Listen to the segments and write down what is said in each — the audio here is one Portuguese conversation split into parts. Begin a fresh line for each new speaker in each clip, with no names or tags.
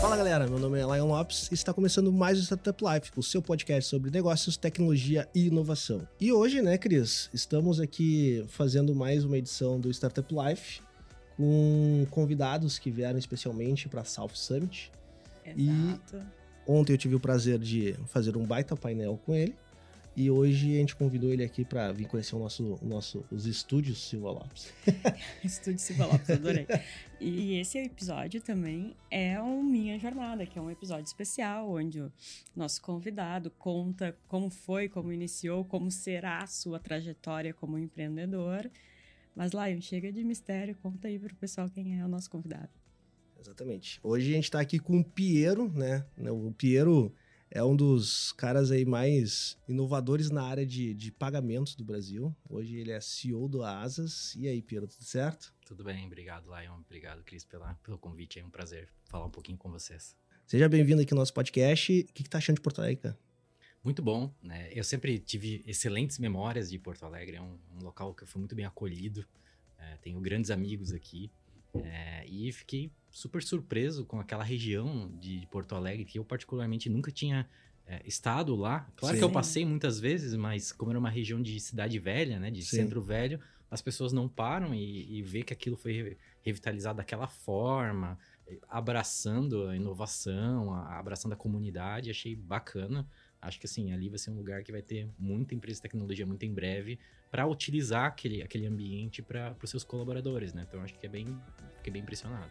Fala galera, meu nome é Lion Lopes e está começando mais o Startup Life, o seu podcast sobre negócios, tecnologia e inovação. E hoje, né, Cris, estamos aqui fazendo mais uma edição do Startup Life com convidados que vieram especialmente para South Summit.
Exato.
Ontem eu tive o prazer de fazer um baita painel com ele e hoje a gente convidou ele aqui para vir conhecer o nosso, o nosso, os estúdios Silva Lopes.
Estúdio Silva Lopes, adorei. E esse episódio também é o Minha Jornada, que é um episódio especial, onde o nosso convidado conta como foi, como iniciou, como será a sua trajetória como empreendedor. Mas, Lion, chega de mistério, conta aí pro pessoal quem é o nosso convidado.
Exatamente. Hoje a gente tá aqui com o Piero, né? O Piero é um dos caras aí mais inovadores na área de, de pagamentos do Brasil. Hoje ele é CEO do Asas. E aí, Piero, tudo certo?
Tudo bem, obrigado, Lion. Obrigado, Cris, pela, pelo convite. É um prazer falar um pouquinho com vocês.
Seja bem-vindo aqui no nosso podcast. O que, que tá achando de Porto Alegre, cara?
Muito bom, né? Eu sempre tive excelentes memórias de Porto Alegre. É um, um local que eu fui muito bem acolhido. É, tenho grandes amigos aqui. É, e fiquei super surpreso com aquela região de Porto Alegre que eu particularmente nunca tinha é, estado lá. Claro que eu
Sim.
passei muitas vezes, mas como era uma região de cidade velha, né, de
Sim.
centro velho, as pessoas não param e, e vê que aquilo foi re- revitalizado daquela forma, eh, abraçando a inovação, a- abraçando a comunidade. Achei bacana. Acho que assim ali vai ser um lugar que vai ter muita empresa de tecnologia muito em breve para utilizar aquele, aquele ambiente para os seus colaboradores, né? Então acho que é bem, fiquei bem impressionado.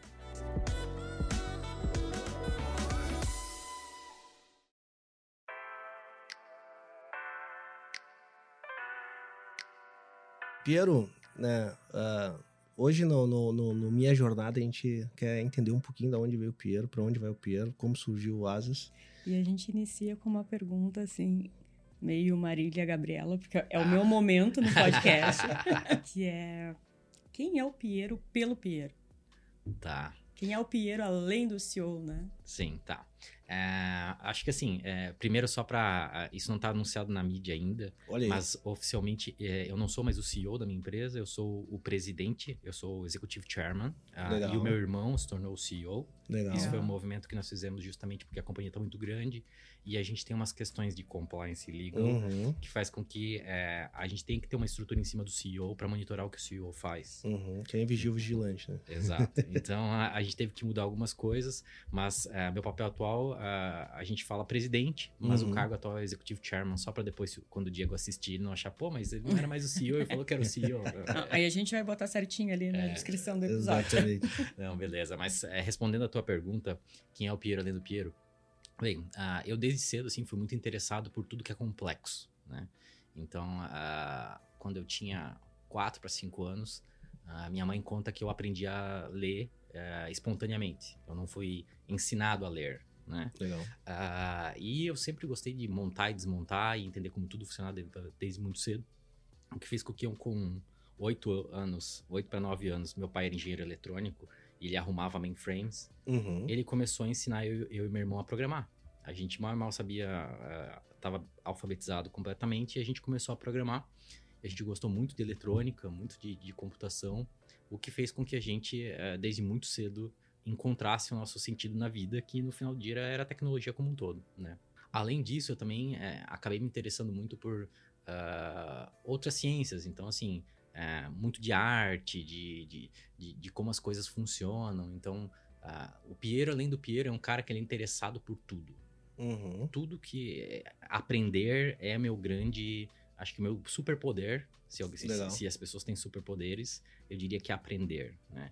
Piero, né? ah, hoje no, no- no- no Minha Jornada a gente quer entender um pouquinho de onde veio o Piero, para onde vai o Piero, como surgiu o Asas.
E a gente inicia com uma pergunta assim, meio Marília Gabriela, porque é o meu
Ah.
momento no podcast, que é quem é o Piero pelo Piero?
Tá.
Quem é o Piero além do CEO, né?
Sim, tá. É, acho que assim, é, primeiro só para Isso não tá anunciado na mídia ainda,
Olha aí.
mas oficialmente é, eu não sou mais o CEO da minha empresa, eu sou o presidente, eu sou o executive chairman. ah,
Legal.
e o meu irmão se tornou o CEO.
Legal.
Isso
É.
foi um movimento que nós fizemos justamente porque a companhia está muito grande e a gente tem umas questões de compliance legal
Uhum,
que faz com que é, a gente tenha que ter uma estrutura em cima do CEO para monitorar o que o CEO faz.
uhum. Quem vigia o vigilante, né?
Exato. Então a, a gente teve que mudar algumas coisas, mas eh, meu papel atual, ah, a gente fala presidente, mas
Uhum.
o cargo atual é executivo chairman, só para depois, se- quando o Diego assistir, ele não achar, pô, mas ele não era mais o CEO, ele falou que era o CEO.
Não, Aí a gente vai botar certinho ali na
É,
descrição do episódio.
Exatamente.
não, beleza. Mas eh, respondendo a tua pergunta, quem é o Piero além do Piero? Bem, ah, eu desde cedo, assim, fui muito interessado por tudo que é complexo, né? Então, ah, quando eu tinha 4 para 5 anos, a minha mãe conta que eu aprendi a ler eh, espontaneamente. Eu não fui ensinado a ler, né?
Legal.
Ah, e eu sempre gostei de montar e desmontar e entender como tudo funcionava de- desde muito cedo. O que fez com que eu, com 8 anos, 8 para 9 anos, meu pai era engenheiro eletrônico e ele arrumava mainframes.
Uhum.
Ele começou a ensinar eu, eu e meu irmão a programar. A gente mal e mal sabia, estava alfabetizado completamente e a gente começou a programar. A gente gostou muito de eletrônica, muito de, de computação, o que fez com que a gente, eh, desde muito cedo, encontrasse o nosso sentido na vida, que no final do dia era a tecnologia como um todo, né? Além disso, eu também eh, acabei me interessando muito por ah, outras ciências, então assim, eh, muito de arte, de, de, de, de como as coisas funcionam, então ah, o Piero, além do Piero, é um cara que ele é interessado por tudo.
Uhum.
Tudo que é- aprender é meu grande, acho que meu superpoder. Se, alguém- se-
Legal.
se as pessoas têm superpoderes, eu diria que é aprender, né?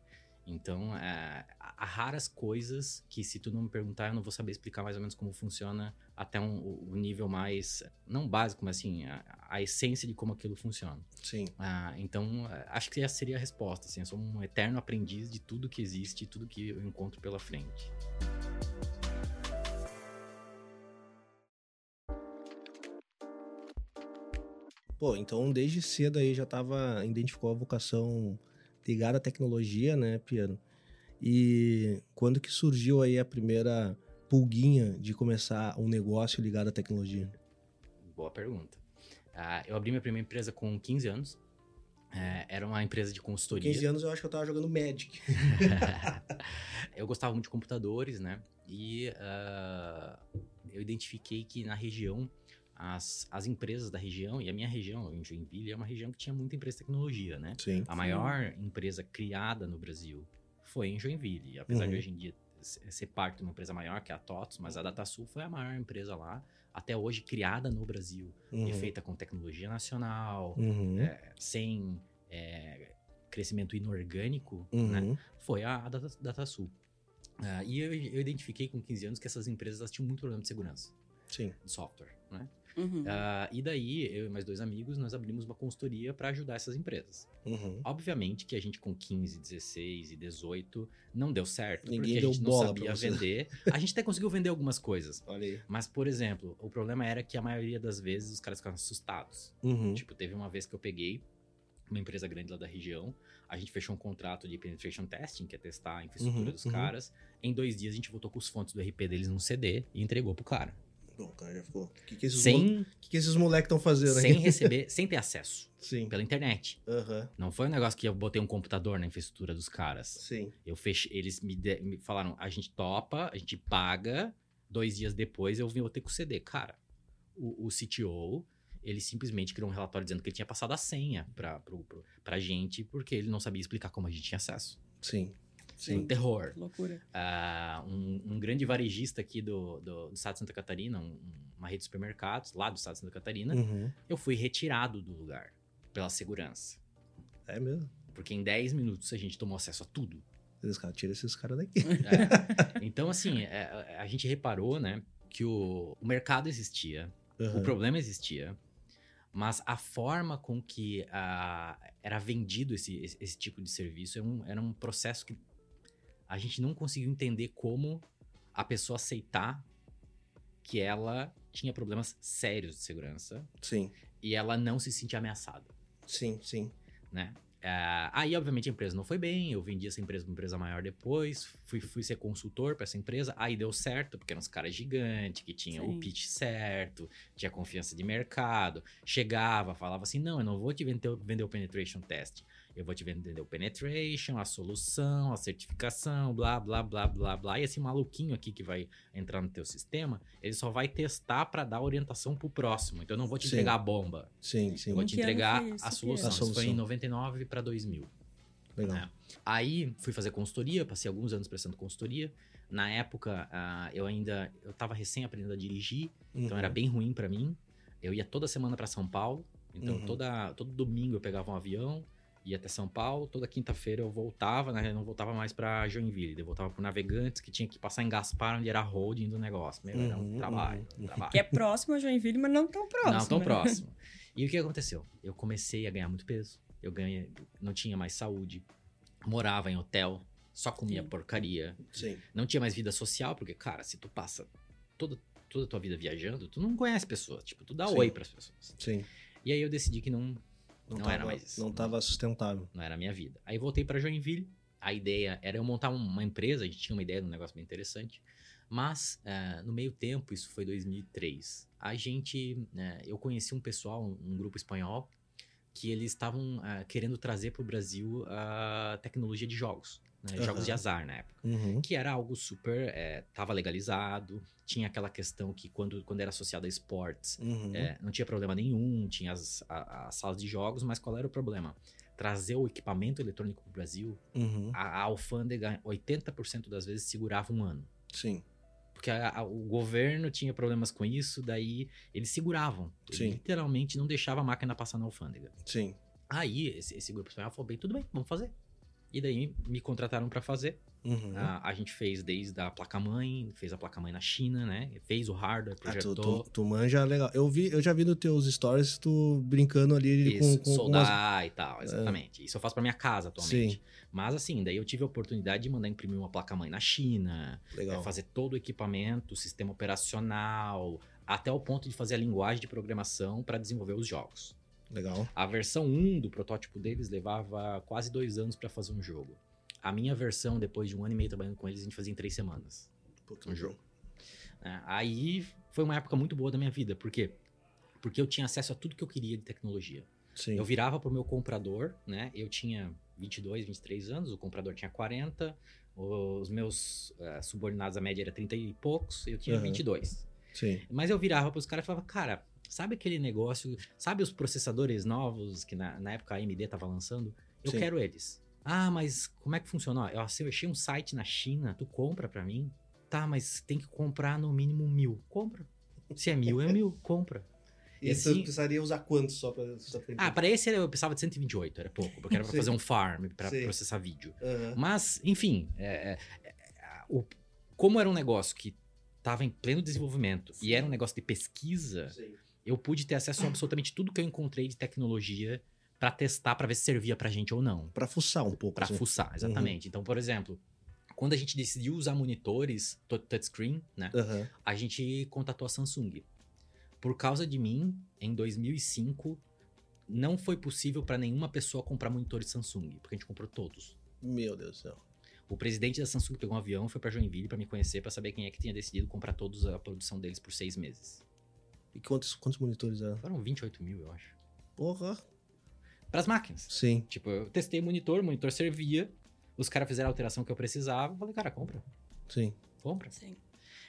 Então, ah, há raras coisas que se tu não me perguntar, eu não vou saber explicar mais ou menos como funciona até um- o o nível mais, não básico, mas assim, a- a essência de como aquilo funciona.
Sim.
Ah, então, ah, acho que essa seria a resposta. Assim, eu sou um eterno aprendiz de tudo que existe, tudo que eu encontro pela frente.
Pô, então desde cedo aí já tava, identificou a vocação ligado à tecnologia, né, Piero? E quando que surgiu aí a primeira pulguinha de começar um negócio ligado à tecnologia?
Boa pergunta. Ah, eu abri minha primeira empresa com 15 anos. É, era uma empresa de consultoria.
15 anos eu acho que eu tava jogando Magic.
eu gostava muito de computadores, né? E ah, eu identifiquei que na região, as, as empresas da região, e a minha região, em Joinville, é uma região que tinha muita empresa de tecnologia, né?
Sim.
A maior empresa criada no Brasil foi em Joinville. Apesar
Uhum.
de hoje em dia se- ser parte de uma empresa maior, que é a TOTS, mas a DataSul foi a maior empresa lá, até hoje criada no Brasil.
Ah,
E feita com tecnologia nacional,
Uhum.
é, sem é, crescimento inorgânico, né?
Uhum.
foi a, a Data- DataSul. Ah, e eu, eu identifiquei com 15 anos que essas empresas elas tinham muito problema de segurança
Sim.
de software, né?
Uhum.
Ah, e daí, eu e mais dois amigos, nós abrimos uma consultoria para ajudar essas empresas.
Uhum.
Obviamente que a gente com 15, 16 e 18 não deu certo,
Ninguém
porque
deu
a gente
bola
não sabia
pra você.
vender. A gente até conseguiu vender algumas coisas.
Olha aí.
Mas, por exemplo, o problema era que a maioria das vezes os caras ficavam assustados.
Uhum.
Tipo, teve uma vez que eu peguei uma empresa grande lá da região, a gente fechou um contrato de penetration testing, que é testar a infraestrutura
Uhum,
dos
uhum.
caras. Em dois dias a gente voltou com os fontes do RP deles num CD e entregou pro cara.
Bom, o cara já ficou. O que, que esses, mo...
Sem,
que, que esses moleques estão fazendo
sem
aí?
receber, sem ter acesso
Sim.
pela internet.
Aham.
Não foi um negócio que eu botei um computador na infraestrutura dos caras.
Sim.
Eu fechei, eles me, de- me falaram, a gente topa, a gente paga, dois dias depois eu vim eu ter com o CD. Cara, o, o CTO, ele simplesmente criou um relatório dizendo que ele tinha passado a senha pra, pro, pro, pra gente, porque ele não sabia explicar como a gente tinha acesso.
Sim.
Um
Sim.
terror.
Que loucura.
Ah, um, um grande varejista aqui do, do, do estado de Santa Catarina, um- uma rede de supermercados lá do estado de Santa Catarina,
Uhum.
eu fui retirado do lugar pela segurança.
É mesmo.
Porque em 10 minutos a gente tomou acesso a tudo.
Esses caras, tira esses caras daqui.
É. Então, assim, é, a- a gente reparou, né, que o, o mercado existia, o
Aham.
problema existia, mas a forma com que ah, era vendido esse, esse, esse tipo de serviço era um, era um processo que a gente não conseguiu entender como a pessoa aceitar que ela tinha problemas sérios de segurança
Sim.
e ela não se sentia ameaçada
Sim, sim.
né? Ah, aí, obviamente, a empresa não foi bem. Eu vendi essa empresa para uma empresa maior depois. Fui, fui ser consultor para essa empresa. Aí deu certo, porque eram uns caras gigantes que tinham
Sim.
o pitch certo, tinha confiança de mercado. Chegava, falava assim: Não, eu não vou te vender, vender o penetration test. Eu vou te vender o penetration, a solução, a certificação, blá, blá, blá, blá, blá. E esse maluquinho aqui que vai entrar no teu sistema, ele só vai testar para dar orientação pro próximo. Então, eu não vou te
Sim.
entregar a bomba.
Sim, sim.
Eu vou
Em
te
que ano
entregar
foi isso,
a
Piero?
solução.
A
Isso foi
solução.
em 99 para 2000.
Legal.
né? Aí fui fazer consultoria, passei alguns anos prestando consultoria. Na época, ah, eu ainda eu tava recém aprendendo a dirigir, então
Uhum.
era bem ruim para mim. Eu ia toda semana para São Paulo, então
Uhum.
toda todo domingo eu pegava um avião, ia até São Paulo, toda quinta-feira eu voltava, né? Eu não voltava mais para Joinville, eu voltava pro Navegantes, que tinha que passar em Gaspar, onde era a holding do negócio. Meu, era
Uhum,
um trabalho,
uhum.
um trabalho.
Que é próximo a Joinville, mas não tão próximo.
Não, tão
né?
próximo. E o que aconteceu? Eu comecei a ganhar muito peso. Eu ganhei, não tinha mais saúde. Morava em hotel, só comia
Sim.
porcaria.
Sim.
Não tinha mais vida social, porque, cara, se tu passa toda, toda a tua vida viajando, tu não conhece pessoas. Tipo, tu dá
Sim.
oi pras pessoas.
Sim.
E aí eu decidi que não,
Não,
Não
tava,
era mais isso.
Não tava sustentável.
não era a minha vida. Aí voltei pra Joinville. A ideia era eu montar um, uma empresa, a gente tinha uma ideia de um negócio bem interessante. Mas, eh, no meio tempo, isso foi 2003, a gente, eh, eu conheci um pessoal, um, um grupo espanhol, que eles estavam ah, querendo trazer para o Brasil a tecnologia de jogos, né?
Aham.
jogos de azar na época
Uhum.
que era algo super, eh, tava legalizado, tinha aquela questão que quando, quando era associado a esportes,
Uhum.
é, não tinha problema nenhum, tinha as, a- as salas de jogos, mas qual era o problema? Trazer o equipamento eletrônico para o Brasil,
Uhum.
a, a alfândega 80% das vezes segurava um ano.
Sim.
Porque a- a- o governo tinha problemas com isso, daí eles seguravam. Ele
Sim.
literalmente não deixava a máquina passar na alfândega.
Sim.
Aí esse, esse grupo espanhol falou: bem, tudo bem, vamos fazer. E daí me contrataram para fazer.
Uhum.
A, a gente fez desde a placa-mãe, fez a placa-mãe na China, né? Fez o hardware,
Ah, tu,
projetou.
tu, tu manja legal. Eu, vi, eu já vi nos teus stories tu brincando ali com,
Isso,
com umas...
soldar e tal, exatamente. Isso eu faço pra minha casa atualmente.
Sim.
Mas assim, daí eu tive a oportunidade de mandar imprimir uma placa-mãe na China,
Legal.
eh, fazer todo o equipamento, sistema operacional, até o ponto de fazer a linguagem de programação para desenvolver os jogos.
Legal.
A versão 1 do protótipo deles levava quase dois anos pra fazer um jogo. A minha versão, depois de um ano e meio trabalhando com eles, a gente fazia em três semanas.
Puta,
Um jogo. né? Aí foi uma época muito boa da minha vida. Por quê? Porque eu tinha acesso a tudo que eu queria de tecnologia.
Sim.
Eu virava pro meu comprador, né? Eu tinha 22, 23 anos, o comprador tinha 40, os meus eh, subordinados, a média era 30 e poucos, eu tinha
Aham.
22.
Sim.
Mas eu virava pros caras e falava, cara, sabe aquele negócio, sabe os processadores novos que na, na época a AMD tava lançando? Eu
Sim.
quero eles. Ah, mas como é que funciona? Ó, Eu assim, eu achei um site na China, tu compra pra mim? Tá, mas tem que comprar no mínimo mil. Compra. Se é mil, é mil. Compra.
E
Esse-
você precisaria usar quanto só pra você aprender?
assim- Ah, pra esse eu precisava de 128, era pouco, porque era pra
Sim.
fazer um farm, pra
Sim.
processar vídeo.
Aham.
Mas, enfim, é, é, é, o- como era um negócio que tava em pleno desenvolvimento e era um negócio de pesquisa,
Sim.
eu pude ter acesso a absolutamente tudo que eu encontrei de tecnologia pra testar, pra ver se servia pra gente ou não.
Pra fuçar um pouco.
Pra
assim.
fuçar, exatamente. Então, por exemplo, quando a gente decidiu usar monitores tou- touchscreen, né?
Aham.
a gente contatou a Samsung. Por causa de mim, em 2005, não foi possível para nenhuma pessoa comprar monitores Samsung, porque a gente comprou todos.
Meu Deus do céu.
O presidente da Samsung pegou um avião, foi para Joinville para me conhecer, para saber quem é que tinha decidido comprar todos a produção deles por seis meses.
E quantos, quantos monitores eram?
Foram 28 mil, eu acho.
Porra.
Para as máquinas.
Sim.
Tipo, eu testei monitor, o monitor servia, os caras fizeram a alteração que eu precisava, eu falei, cara, compra,
Sim.
compra.
Sim.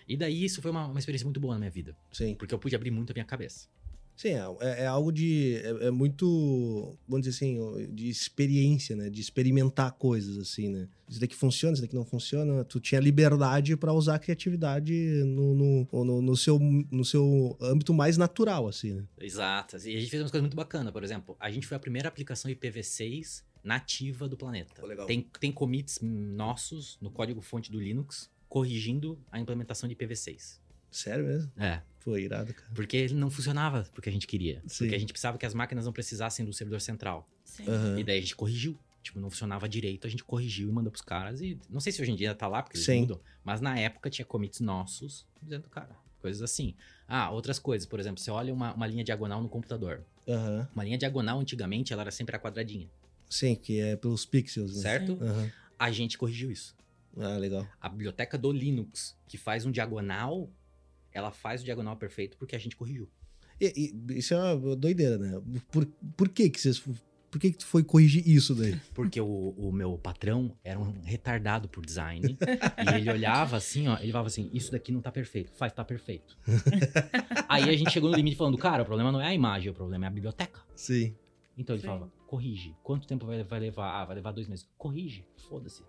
E daí isso foi uma, uma experiência muito boa na minha vida,
Sim.
porque eu pude abrir muito a minha cabeça.
Sim, é- é, é algo de. É, é muito. Vamos dizer assim, de experiência, né? De experimentar coisas, assim, né? Isso daqui funciona, isso daqui não funciona. Tu tinha liberdade pra usar a criatividade no, no, ou no, no seu, no seu âmbito mais natural, assim, né?
Exatas. E a gente fez umas coisas muito bacanas, por exemplo, a gente foi a primeira aplicação IPv6 nativa do planeta.
Pô, legal.
Tem, tem commits nossos no código-fonte do Linux corrigindo a implementação de IPv6.
Sério mesmo?
É.
Foi irado, cara.
Porque ele não funcionava porque a gente queria.
Sim.
Porque a gente precisava que as máquinas não precisassem do servidor central.
Sim.
Aham.
E daí a gente corrigiu. Tipo, não funcionava direito, a gente corrigiu e mandou pros caras. E não sei se hoje em dia tá lá, porque eles
Sim.
mudam. Mas na época tinha commits nossos dizendo, cara, coisas assim. Ah, outras coisas. Por exemplo, você olha uma- uma linha diagonal no computador.
Aham.
Uma linha diagonal, antigamente, ela era sempre a quadradinha,
Sim, que é pelos pixels, né?
certo?
Sim.
Aham.
A gente corrigiu isso.
Ah, legal.
A biblioteca do Linux, que faz um diagonal, ela faz o diagonal perfeito porque a gente corrigiu.
E- e isso é uma doideira, né? Por, por que que vocês. Por que que tu foi corrigir isso daí?
Porque o, o meu patrão era um retardado por design. e ele olhava assim, ó, ele falava assim, isso daqui não tá perfeito, faz, tá perfeito. Aí a gente chegou no limite falando, cara, o problema não é a imagem, o problema é a biblioteca.
Sim.
Então ele
Sim.
falava, corrige. Quanto tempo vai, vai levar? Ah, vai levar dois meses. Corrige, foda-se.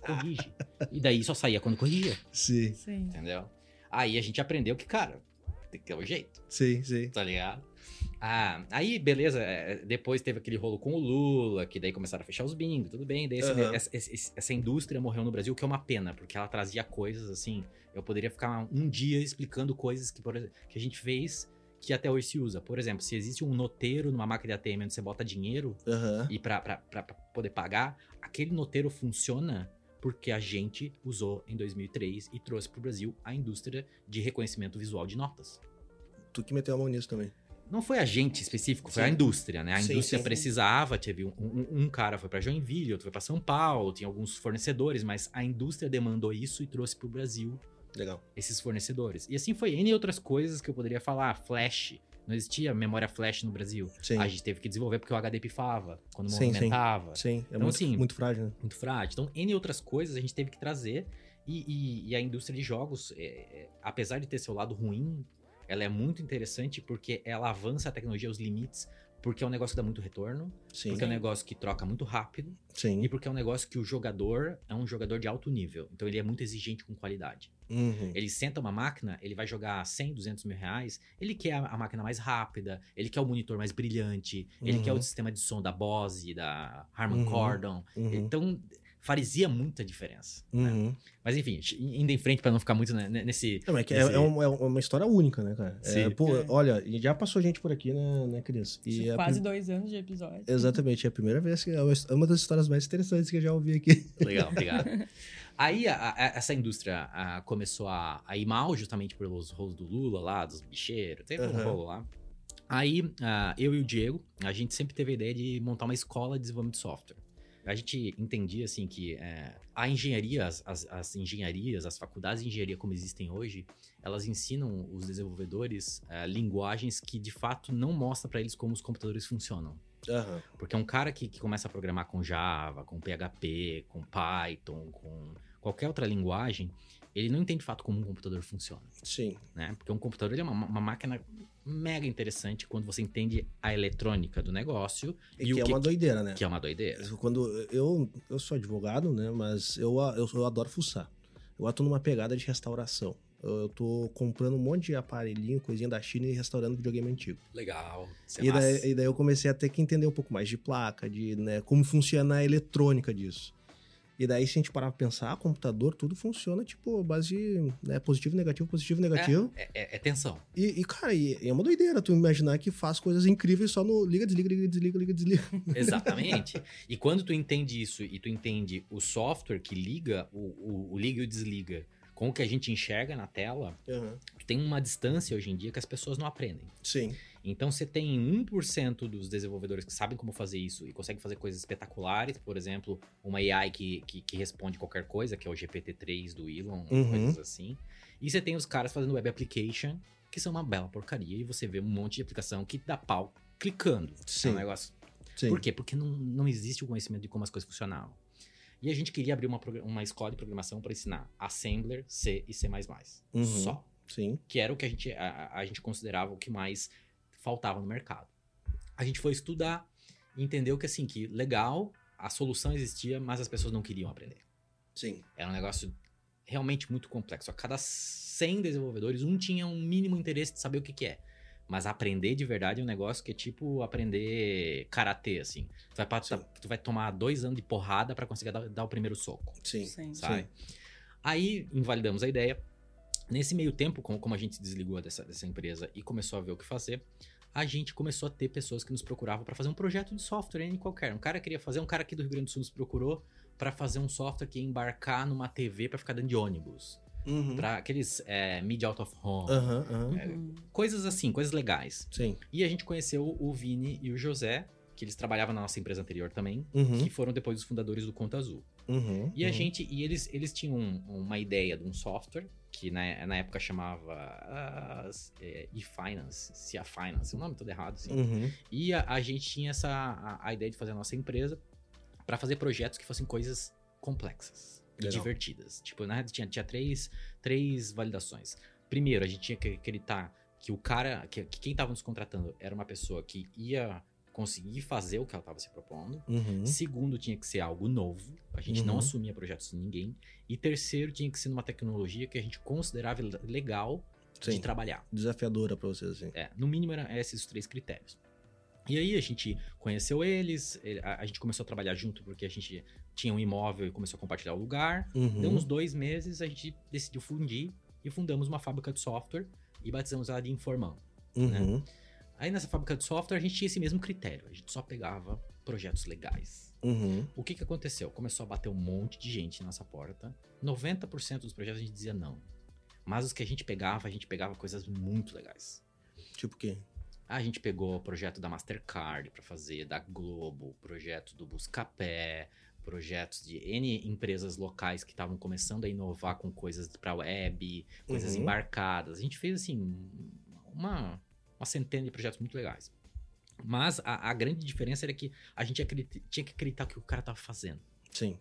Corrige. e daí só saía quando corrigia.
Sim,
Sim.
Entendeu? Aí a gente aprendeu que, cara, tem que ter um jeito,
sim, sim.
tá ligado? Ah, aí, beleza, é, depois teve aquele rolo com o Lula, que daí começaram a fechar os bingos, tudo bem. Daí esse-
Aham.
essa, esse- essa indústria morreu no Brasil, o que é uma pena, porque ela trazia coisas assim. Eu poderia ficar um dia explicando coisas que, por exemplo, que a gente fez que até hoje se usa. Por exemplo, se existe um noteiro numa máquina de ATM onde você bota dinheiro
Aham.
e pra, pra, pra- pra poder pagar, aquele noteiro funciona porque a gente usou em 2003 e trouxe para o Brasil a indústria de reconhecimento visual de notas.
Tu que meteu a mão nisso também.
Não foi a gente específico, foi
Sim.
a indústria, né? A
Sim,
indústria
sim.
precisava, teve um, um- um cara foi para Joinville, outro foi para São Paulo, tinha alguns fornecedores, mas a indústria demandou isso e trouxe para o Brasil
Legal.
esses fornecedores. E assim foi N outras coisas que eu poderia falar. Flash, não existia memória flash no Brasil.
Sim.
A gente teve que desenvolver porque o HD pifava, quando
Sim, sim.
movimentava.
Sim, é
Então,
muito,
assim,
muito frágil, né?
muito frágil. Então, N outras coisas a gente teve que trazer. E, e- e a indústria de jogos, é, é, apesar de ter seu lado ruim, ela é muito interessante porque ela avança a tecnologia aos limites, porque é um negócio que dá muito retorno,
Sim,
porque é um negócio que troca muito rápido e
sim.
porque é um negócio que o jogador é um jogador de alto nível. Então, ele é muito exigente com qualidade.
Uhum.
Ele senta uma máquina, ele vai jogar 100, 200 mil reais, ele quer a, a máquina mais rápida, ele quer o monitor mais brilhante, ele
Uhum.
quer o sistema de som da Bose, da
Uhum.
Harman Kordon,
Uhum.
então, fazia muita diferença. né?
Uhum.
Mas enfim, indo em frente para não ficar muito né, né, nesse.
Não, é, que é,
nesse-
é uma, é uma história única, né, cara? É,
Sim.
pô,
É.
olha, e já passou gente por aqui, né, né Cris? E é a
Quase
prim-
dois anos de episódio.
Exatamente, é a primeira vez que é uma é uma das histórias mais interessantes que eu já ouvi aqui.
Legal, obrigado. Aí a- a- essa indústria a, começou a, a ir mal justamente pelos rolos do Lula lá, dos bicheiros, teve um
Aham.
rolo lá. Aí, ah, eu e o Diego, a gente sempre teve a ideia de montar uma escola de desenvolvimento de software. A gente entendia, assim, que eh, a engenharia, as, as- as engenharias, as faculdades de engenharia como existem hoje, elas ensinam os desenvolvedores eh, linguagens que, de fato, não mostra para eles como os computadores funcionam.
Aham.
Porque um cara que, que começa a programar com Java, com PHP, com Python, com qualquer outra linguagem, ele não entende de fato como um computador funciona,
Sim.
né? Porque um computador ele é uma, uma máquina mega interessante quando você entende a eletrônica do negócio,
E,
E o
que é
que-
uma doideira, né?
que é uma doideira.
Quando eu, eu sou advogado, né? Mas eu, a- eu, eu adoro fuçar. Eu atuo numa pegada de restauração. Eu, eu tô comprando um monte de aparelhinho, coisinha da China e restaurando videogame antigo.
Legal. Você
E daí, e daí eu comecei a ter que entender um pouco mais de placa, de né, como funciona a eletrônica disso. E daí, se a gente parar pra pensar, computador, tudo funciona, tipo, base né, positivo, negativo, positivo, negativo.
é, é- é tensão.
E, e, cara, e- e é uma doideira tu imaginar que faz coisas incríveis só no liga, desliga, liga, desliga, liga, desliga.
Exatamente. e quando tu entende isso e tu entende o software que liga, o, o- o liga e o desliga com o que a gente enxerga na tela, tu tem uma distância hoje em dia que as pessoas não aprendem.
Sim.
Então você tem 1% dos desenvolvedores que sabem como fazer isso e conseguem fazer coisas espetaculares, por exemplo, uma AI que, que, que responde qualquer coisa, que é o GPT-3 do Elon,
Uhum.
coisas assim. E você tem os caras fazendo web application, que são uma bela porcaria, e você vê um monte de aplicação que dá pau clicando.
Sim.
É um negócio
Sim.
por quê? Porque não, não existe o conhecimento de como as coisas funcionavam. E a gente queria abrir uma, progra- uma escola de programação para ensinar Assembler, C e C++.
Uhum.
Só.
Sim.
Que era o que a gente, a, a- a gente considerava o que mais faltava no mercado. A gente foi estudar e entendeu que, assim, que legal, a solução existia, mas as pessoas não queriam aprender.
Sim.
Era um negócio realmente muito complexo. A cada 100 desenvolvedores, um tinha um mínimo interesse de saber o que, que é. Mas aprender de verdade é um negócio que é tipo aprender karatê, assim. Tu vai, pa-
Sim.
tu vai tomar dois anos de porrada pra conseguir dar, dar o primeiro soco,
Sim.
Sim.
sabe? Aí invalidamos a ideia. Nesse meio tempo, com- como a gente desligou dessa, dessa empresa e começou a ver o que fazer, a gente começou a ter pessoas que nos procuravam pra fazer um projeto de software em qualquer. Um cara queria fazer, um cara aqui do Rio Grande do Sul nos procurou pra fazer um software que ia embarcar numa TV pra ficar dentro de ônibus,
Uhum. Ah.
Pra aqueles é, mid out of home,
Aham, aham.
Uhum.
coisas assim, coisas legais.
Sim.
E a gente conheceu o Vini e o José, que eles trabalhavam na nossa empresa anterior também,
Uhum.
que foram depois os fundadores do Conta Azul.
Uhum.
E a
uhum.
gente, e eles, eles tinham um- uma ideia de um software que na, na época chamava ah, é, e-finance, se a finance, o nome todo errado, assim.
Uhum.
E a, a gente tinha essa a, a ideia de fazer a nossa empresa para fazer projetos que fossem coisas complexas e
Legal.
divertidas. Tipo, na verdade, tinha, tinha três, três validações. Primeiro, a gente tinha que acreditar que o cara, que, que quem estava nos contratando era uma pessoa que ia conseguir fazer o que ela estava se propondo.
Uhum.
Segundo, tinha que ser algo novo. A gente
Uhum.
não assumia projetos de ninguém. E terceiro, tinha que ser numa tecnologia que a gente considerava legal
Sim.
de trabalhar.
Desafiadora pra vocês, assim.
É, no mínimo, eram esses os três critérios. E aí a gente conheceu eles, ele- a, a gente começou a trabalhar junto porque a gente tinha um imóvel e começou a compartilhar o lugar.
Uhum.
Deu uns dois meses, a gente decidiu fundir e fundamos uma fábrica de software e batizamos ela de Informão. né?
Uhum.
Aí nessa fábrica de software a gente tinha esse mesmo critério, a gente só pegava projetos legais.
Uhum.
O que, que aconteceu? Começou a bater um monte de gente na nossa porta. 90% dos projetos a gente dizia não. Mas os que a gente pegava, a gente pegava coisas muito legais.
Tipo o quê?
A gente pegou o projeto da Mastercard pra fazer, da Globo, projeto do Buscapé, projetos de N empresas locais que estavam começando a inovar com coisas pra web, coisas
Uhum.
embarcadas. A gente fez, assim, uma, uma centena de projetos muito legais. Mas a, a grande diferença era que a gente acredit- tinha que acreditar o que o cara tava fazendo.
Sim.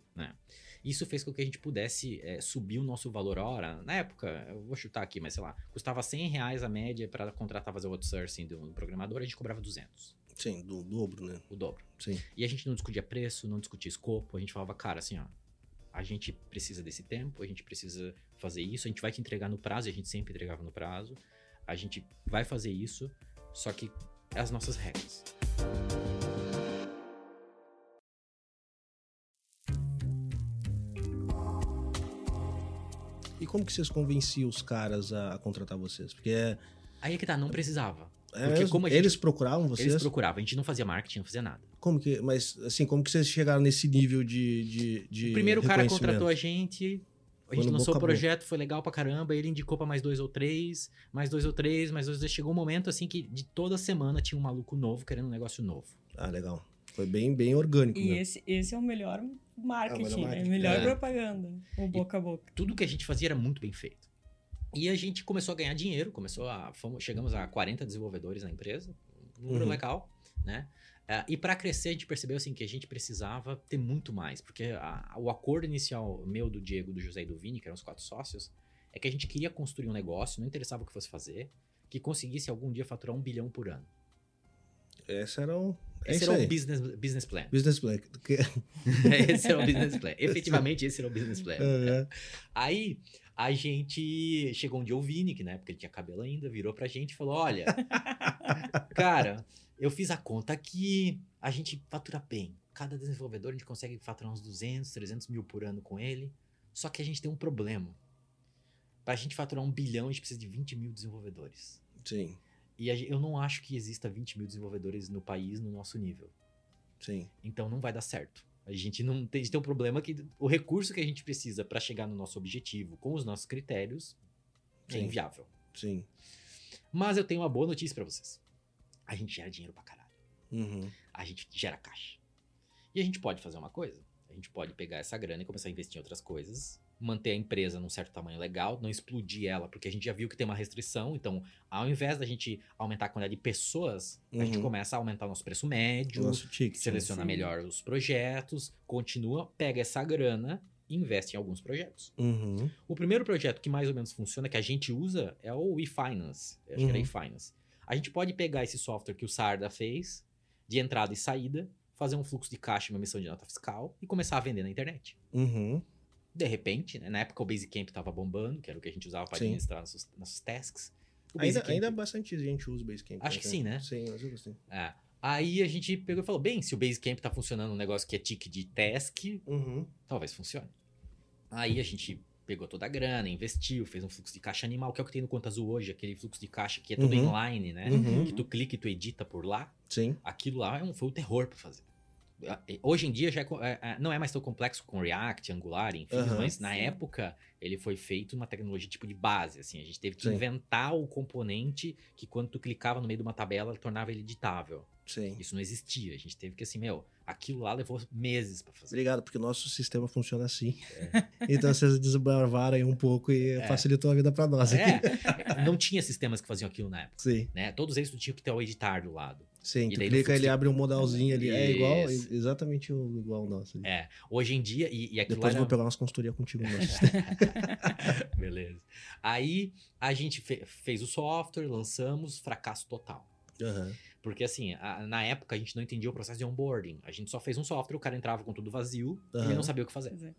Isso fez com que a gente pudesse eh, subir o nosso valor a hora. Na época, eu vou chutar aqui, mas sei lá, custava 100 reais a média para contratar fazer o outsourcing do, do programador, a gente cobrava 200,
Sim, do dobro, né?
o dobro.
Sim.
E a gente não discutia preço, não discutia escopo, a gente falava, cara, assim, ó, a gente precisa desse tempo, a gente precisa fazer isso, a gente vai te entregar no prazo, e a gente sempre entregava no prazo, a gente vai fazer isso, só que as nossas regras.
E como que vocês convenciam os caras a contratar vocês? Porque é,
Aí é que tá, não precisava.
é
Porque
mesmo?
como a gente-
eles procuravam vocês?
Eles procuravam, a gente não fazia marketing, não fazia nada.
Como que, mas assim, como que vocês chegaram nesse nível de, de, de
O primeiro cara
reconhecimento?
contratou a gente, A gente
Quando
lançou
boca a
o projeto, foi legal pra caramba, ele indicou pra mais dois ou três, mais dois ou três, mais dois ou três. Chegou um momento assim que de toda semana tinha um maluco novo querendo um negócio novo.
Ah, legal. Foi bem, bem orgânico,
E
né?
esse, esse é o melhor marketing, né?
marketing.
melhor
É.
propaganda. O boca a boca.
Tudo que a gente fazia era muito bem feito. E a gente começou a ganhar dinheiro, começou a. fomos- chegamos a 40 desenvolvedores na empresa, um número
Uhum.
legal, né? Ah, e para crescer, a gente percebeu assim, que a gente precisava ter muito mais, porque a- o acordo inicial meu, do Diego, do José e do Vini, que eram os quatro sócios, é que a gente queria construir um negócio, não interessava o que fosse fazer, que conseguisse algum dia faturar um bilhão por ano.
Esse era o... É
Esse
isso
era
aí.
o business, business plan.
Business plan. Que-
esse era o business plan. Efetivamente, esse era o business plan.
Aham.
Aí a gente chegou um dia o Vini, que na época ele tinha cabelo ainda, virou pra gente e falou: Olha, cara, eu fiz a conta aqui, a gente fatura bem. Cada desenvolvedor a gente consegue faturar uns 200, 300 mil por ano com ele. Só que a gente tem um problema. Pra gente faturar um bilhão, a gente precisa de 20 mil desenvolvedores.
Sim,
E a gen- eu não acho que exista 20 mil desenvolvedores no país no nosso nível.
sim.
Então não vai dar certo. A gente não tem, a gente tem um problema que o recurso que a gente precisa para chegar no nosso objetivo, com os nossos critérios, é
Sim.
inviável.
Sim.
Mas eu tenho uma boa notícia para vocês. A gente gera dinheiro pra caralho.
Uhum.
A gente gera caixa. E a gente pode fazer uma coisa. A gente pode pegar essa grana e começar a investir em outras coisas, manter a empresa num certo tamanho legal, não explodir ela, porque a gente já viu que tem uma restrição. Então, ao invés da gente aumentar a quantidade de pessoas, a gente
Uhum.
começa a aumentar o nosso preço médio,
Nosso ticket.
seleciona
Sim.
melhor os projetos, continua, pega essa grana e investe em alguns projetos.
Uhum.
O primeiro projeto que mais ou menos funciona, que a gente usa, é o eFinance. Eu acho que
Uhum.
era eFinance. A gente pode pegar esse software que o Sarda fez, de entrada e saída, fazer um fluxo de caixa e uma emissão de nota fiscal e começar a vender na internet.
Uhum.
De repente, né? na época o Basecamp estava bombando, que era o que a gente usava para
Sim.
administrar nossos, nossos tasks. O
Ainda,
Basecamp-
ainda bastante gente usa o Basecamp.
Acho que sim, né?
Sim, eu acho que sim.
É. Aí a gente pegou e falou, bem, se o Basecamp tá funcionando um negócio que é tique de task,
Uhum.
talvez funcione. Aí a gente pegou toda a grana, investiu, fez um fluxo de caixa animal, que é o que tem no Conta Azul hoje, aquele fluxo de caixa que é tudo
Uhum.
inline, né?
Uhum.
Que tu clica e tu edita por lá.
Sim.
Aquilo lá é um- foi o terror pra fazer. Hoje em dia já é co- é- é- não é mais tão complexo com React, Angular, enfim,
Aham.
mas na
Sim.
época ele foi feito uma tecnologia tipo de base, assim, a gente teve que
Sim.
inventar o componente que quando tu clicava no meio de uma tabela, tornava ele editável.
Sim.
Isso não existia, a gente teve que assim, meu, aquilo lá levou meses pra fazer.
Obrigado, porque o nosso sistema funciona assim.
É.
Então vocês desbravaram aí um pouco e facilitou a vida pra nós aqui.
É, não tinha sistemas que faziam aquilo na época,
Sim,
né? Todos eles tu tinha que ter o editar do lado.
sim.
E
Tu
daí no
clica, ele
fluxo-
abre um modalzinho ali. É igual,
Isso.
exatamente o- igual o nosso. ali.
É, Hoje em dia, e, e aquilo
Depois eu
era...
vou pegar umas consultorias contigo no nosso sistema.
Beleza. Aí a gente fe- fez o software, lançamos, fracasso total.
Aham.
Porque assim, a- na época a gente não entendia o processo de onboarding. A gente só fez um software, o cara entrava com tudo vazio e
Aham.
ele não sabia o que fazer.
é.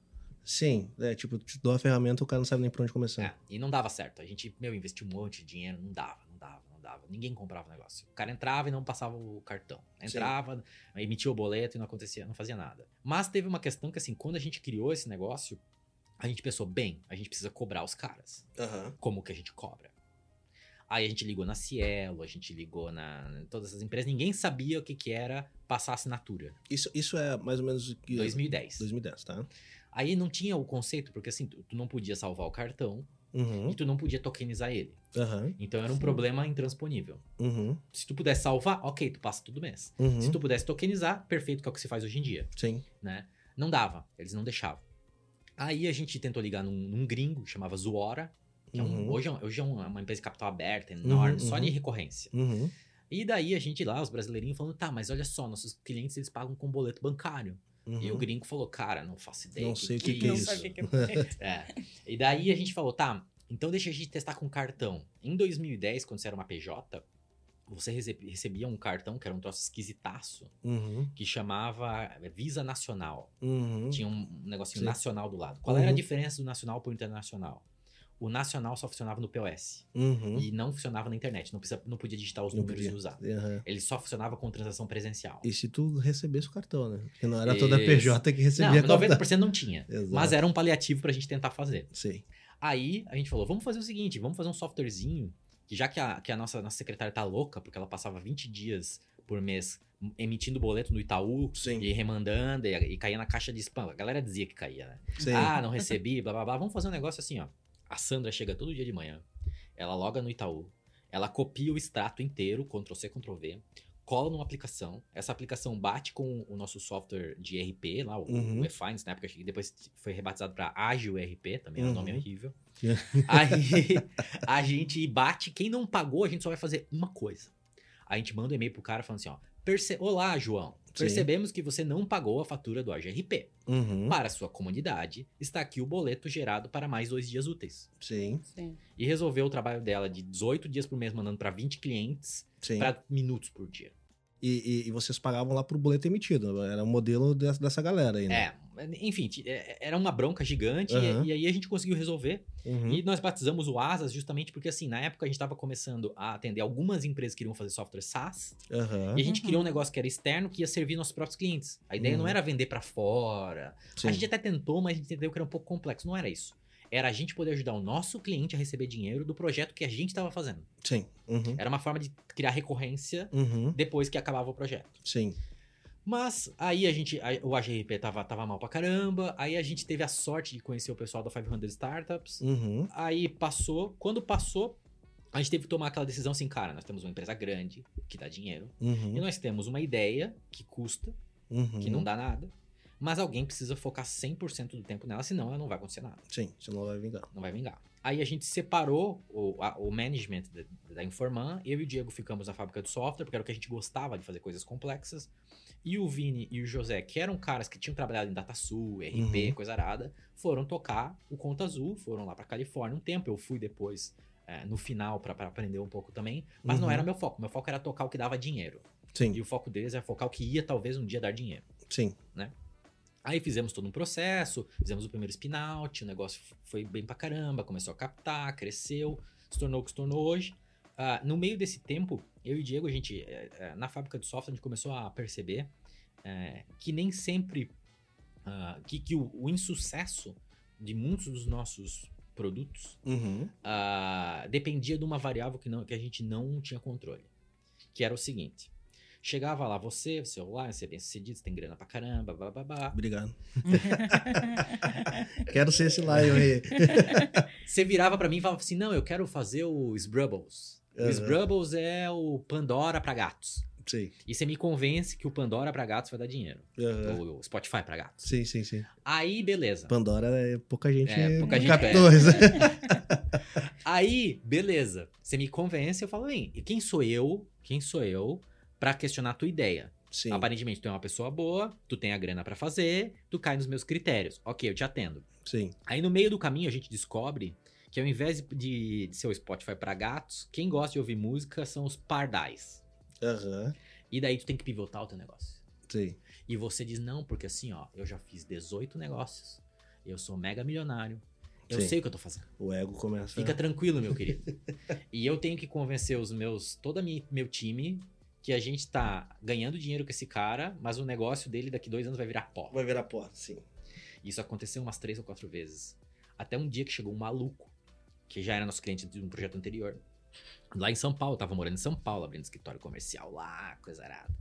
Sim, é tipo, te dou a ferramenta, o cara não sabe nem por onde
É,
começar.
e não dava certo. A gente, meu, investiu um monte de dinheiro, não dava, não dava, não dava. Ninguém comprava o negócio. O cara entrava e não passava o cartão. Entrava, emitia o boleto e não acontecia, não fazia nada. Mas teve uma questão que, assim, quando a gente criou esse negócio, a gente pensou, bem, a gente precisa cobrar os caras.
Aham.
Como que a gente cobra? Aí a gente ligou na Cielo, a gente ligou na em todas essas empresas, ninguém sabia o que, que era passar assinatura.
Isso, isso é mais ou menos. o que-
2010.
2010, tá?
Aí não tinha o conceito, porque assim, tu, tu não podia salvar o cartão
Uhum.
e tu não podia tokenizar ele.
Aham.
Então era um
Sim.
problema intransponível.
Uhum.
Se tu pudesse salvar, ok, tu passa todo mês.
Uhum.
Se tu pudesse tokenizar, perfeito, que é o que se faz hoje em dia,
Sim.
né? Não dava, eles não deixavam. Aí a gente tentou ligar num, num gringo, chamava Zuora, que é um-
Uhum.
hoje, é um- hoje é uma uma empresa de capital aberta, enorme,
Uhum,
só de
uhum.
recorrência.
Uhum.
E daí a gente lá, os brasileirinhos, falando, tá, mas olha só, nossos clientes eles pagam com boleto bancário.
Uhum.
E o gringo falou, cara, não faço ideia.
Não
do
sei o que
não
é
sabe
isso?
o que que é.
É. E daí a gente falou, tá, então deixa a gente testar com cartão. Em 2010, quando você era uma PJ, você rece- recebia um cartão que era um troço esquisitaço,
Uhum.
que chamava é, Visa Nacional.
Uhum.
Tinha um um negocinho
Sim.
nacional do lado. Qual
Uhum.
era a diferença do nacional pro internacional? O nacional só funcionava no POS.
Uhum.
E não funcionava na internet. Não, precisa, não podia digitar os
Não
números
podia.
e usar.
Aham.
Ele só funcionava com transação presencial.
E se tu recebesse o cartão, né? Porque não era toda a
Isso.
PJ que
Não,
recebia cartão.
90% não tinha.
Exato.
Mas era um paliativo pra gente tentar fazer.
Sim.
Aí a gente falou, vamos fazer o seguinte, vamos fazer um softwarezinho, que já que a, que a nossa, nossa secretária tá louca, porque ela passava 20 dias por mês emitindo boleto no Itaú
Sim.
e remandando e, e caía na caixa de spam. A galera dizia que caía, né?
Sim.
Ah, não recebi, blá blá blá. Vamos fazer um negócio assim, ó. A Sandra chega todo dia de manhã, ela loga no Itaú, ela copia o extrato inteiro, Ctrl C, Ctrl V, cola numa aplicação, essa aplicação bate com o nosso software de RP lá, o,
Uhum.
o E-Finance, na época, que depois foi rebatizado para Ágil RP, também é um
Uhum.
nome horrível. Aí a gente bate, quem não pagou, a gente só vai fazer uma coisa. A gente manda um e-mail pro cara falando assim, ó, "Perce- Olá, João, percebemos que você não pagou a fatura do AGRP.
Uhum.
Para sua comunidade, está aqui o boleto gerado para mais dois dias úteis.
Sim,
Sim.
E resolveu o trabalho dela de 18 dias por mês, mandando para 20 clientes,
sim.
para minutos por dia.
E, e- e vocês pagavam lá pro boleto emitido. Era o modelo dessa, dessa galera aí, né?
É, enfim, ti- é- era uma bronca gigante e-
Aham.
e, aí a gente conseguiu resolver.
Uhum.
E nós batizamos o Asas justamente porque, assim, na época a gente estava começando a atender algumas empresas que queriam fazer software SaaS
Aham.
e a gente
Uhum.
criou um negócio que era externo que ia servir nossos próprios clientes. A ideia
Uhum.
não era vender para fora,
Sim.
A gente até tentou, mas a gente entendeu que era um pouco complexo. Não era isso. Era a gente poder ajudar o nosso cliente a receber dinheiro do projeto que a gente estava fazendo.
Sim. Uhum.
Era uma forma de criar recorrência
Uhum.
depois que acabava o projeto.
Sim.
Mas aí a gente, a- o AGRP tava, tava mal pra caramba, aí a gente teve a sorte de conhecer o pessoal da 500 Startups.
Uhum.
Aí passou, quando passou, a gente teve que tomar aquela decisão assim, cara, nós temos uma empresa grande que dá dinheiro e
Uhum.
nós temos uma ideia que custa,
Uhum.
que não dá nada, mas alguém precisa focar 100% do tempo nela, senão ela não vai acontecer nada.
uhum, Sim, você não vai vingar.
não vai vingar. Aí a gente separou o, a- o management da, da Informan, eu e o Diego ficamos na fábrica de software, porque era o que a gente gostava de fazer coisas complexas, e o Vini e o José, que eram caras que tinham trabalhado em DataSul, RP,
Uhum.
coisa arada, foram tocar o Conta Azul, foram lá pra Califórnia um tempo, eu fui depois eh, no final pra pra aprender um pouco também, mas não
Uhum.
era meu foco, meu foco era tocar o que dava dinheiro, e
Sim,
o foco deles era focar o que ia talvez um dia dar dinheiro.
sim.
Aí fizemos todo um processo, fizemos o primeiro spin-out, o negócio f- foi bem pra caramba, começou a captar, cresceu, se tornou o que se tornou hoje. Ah, no meio desse tempo, eu e o Diego, a gente, eh, eh, na fábrica de software, a gente começou a perceber eh, que nem sempre, ah, que, que o, o insucesso de muitos dos nossos produtos
Uhum.
ah, dependia de uma variável que, não, que a gente não tinha controle. Que era o seguinte: chegava lá você, você lá, você é bem sucedido, você tem grana pra caramba, blá blá blá.
Obrigado. Quero ser esse lá, eu aí.
Você virava pra mim e falava assim: não, eu quero fazer o Sbrubbles.
Aham.
O Sbrubbles é o Pandora pra gatos.
Sim.
E você me convence que o Pandora pra gatos vai dar dinheiro.
Aham.
Ou o Spotify pra gatos.
Sim, sim, sim.
Aí, beleza.
Pandora é pouca gente.
É, pouca gente é,
captou isso.
Aí, beleza. Você me convence, eu falo, hein, e quem sou eu? Quem sou eu pra questionar a tua ideia?
Sim.
Aparentemente, tu é uma pessoa boa, tu tem a grana pra fazer, tu cai nos meus critérios. Ok, eu te atendo.
Sim.
Aí no meio do caminho a gente descobre que ao invés de- de, de ser o Spotify pra gatos, quem gosta de ouvir música são os pardais.
Aham.
E daí tu tem que pivotar o teu negócio.
Sim.
E você diz não, porque assim, ó, eu já fiz 18 negócios, eu sou mega milionário, eu
Sim. É.
sei o que eu tô fazendo.
O ego começa.
Fica tranquilo, meu querido. e eu tenho que convencer os meus, todo meu time que a gente tá ganhando dinheiro com esse cara, mas o negócio dele daqui dois anos vai virar pó.
Vai virar porta, sim.
Isso aconteceu umas três ou quatro vezes. Até um dia que chegou um maluco, que já era nosso cliente de um projeto anterior, lá em São Paulo, eu tava morando em São Paulo, abrindo escritório comercial lá, coisa arada.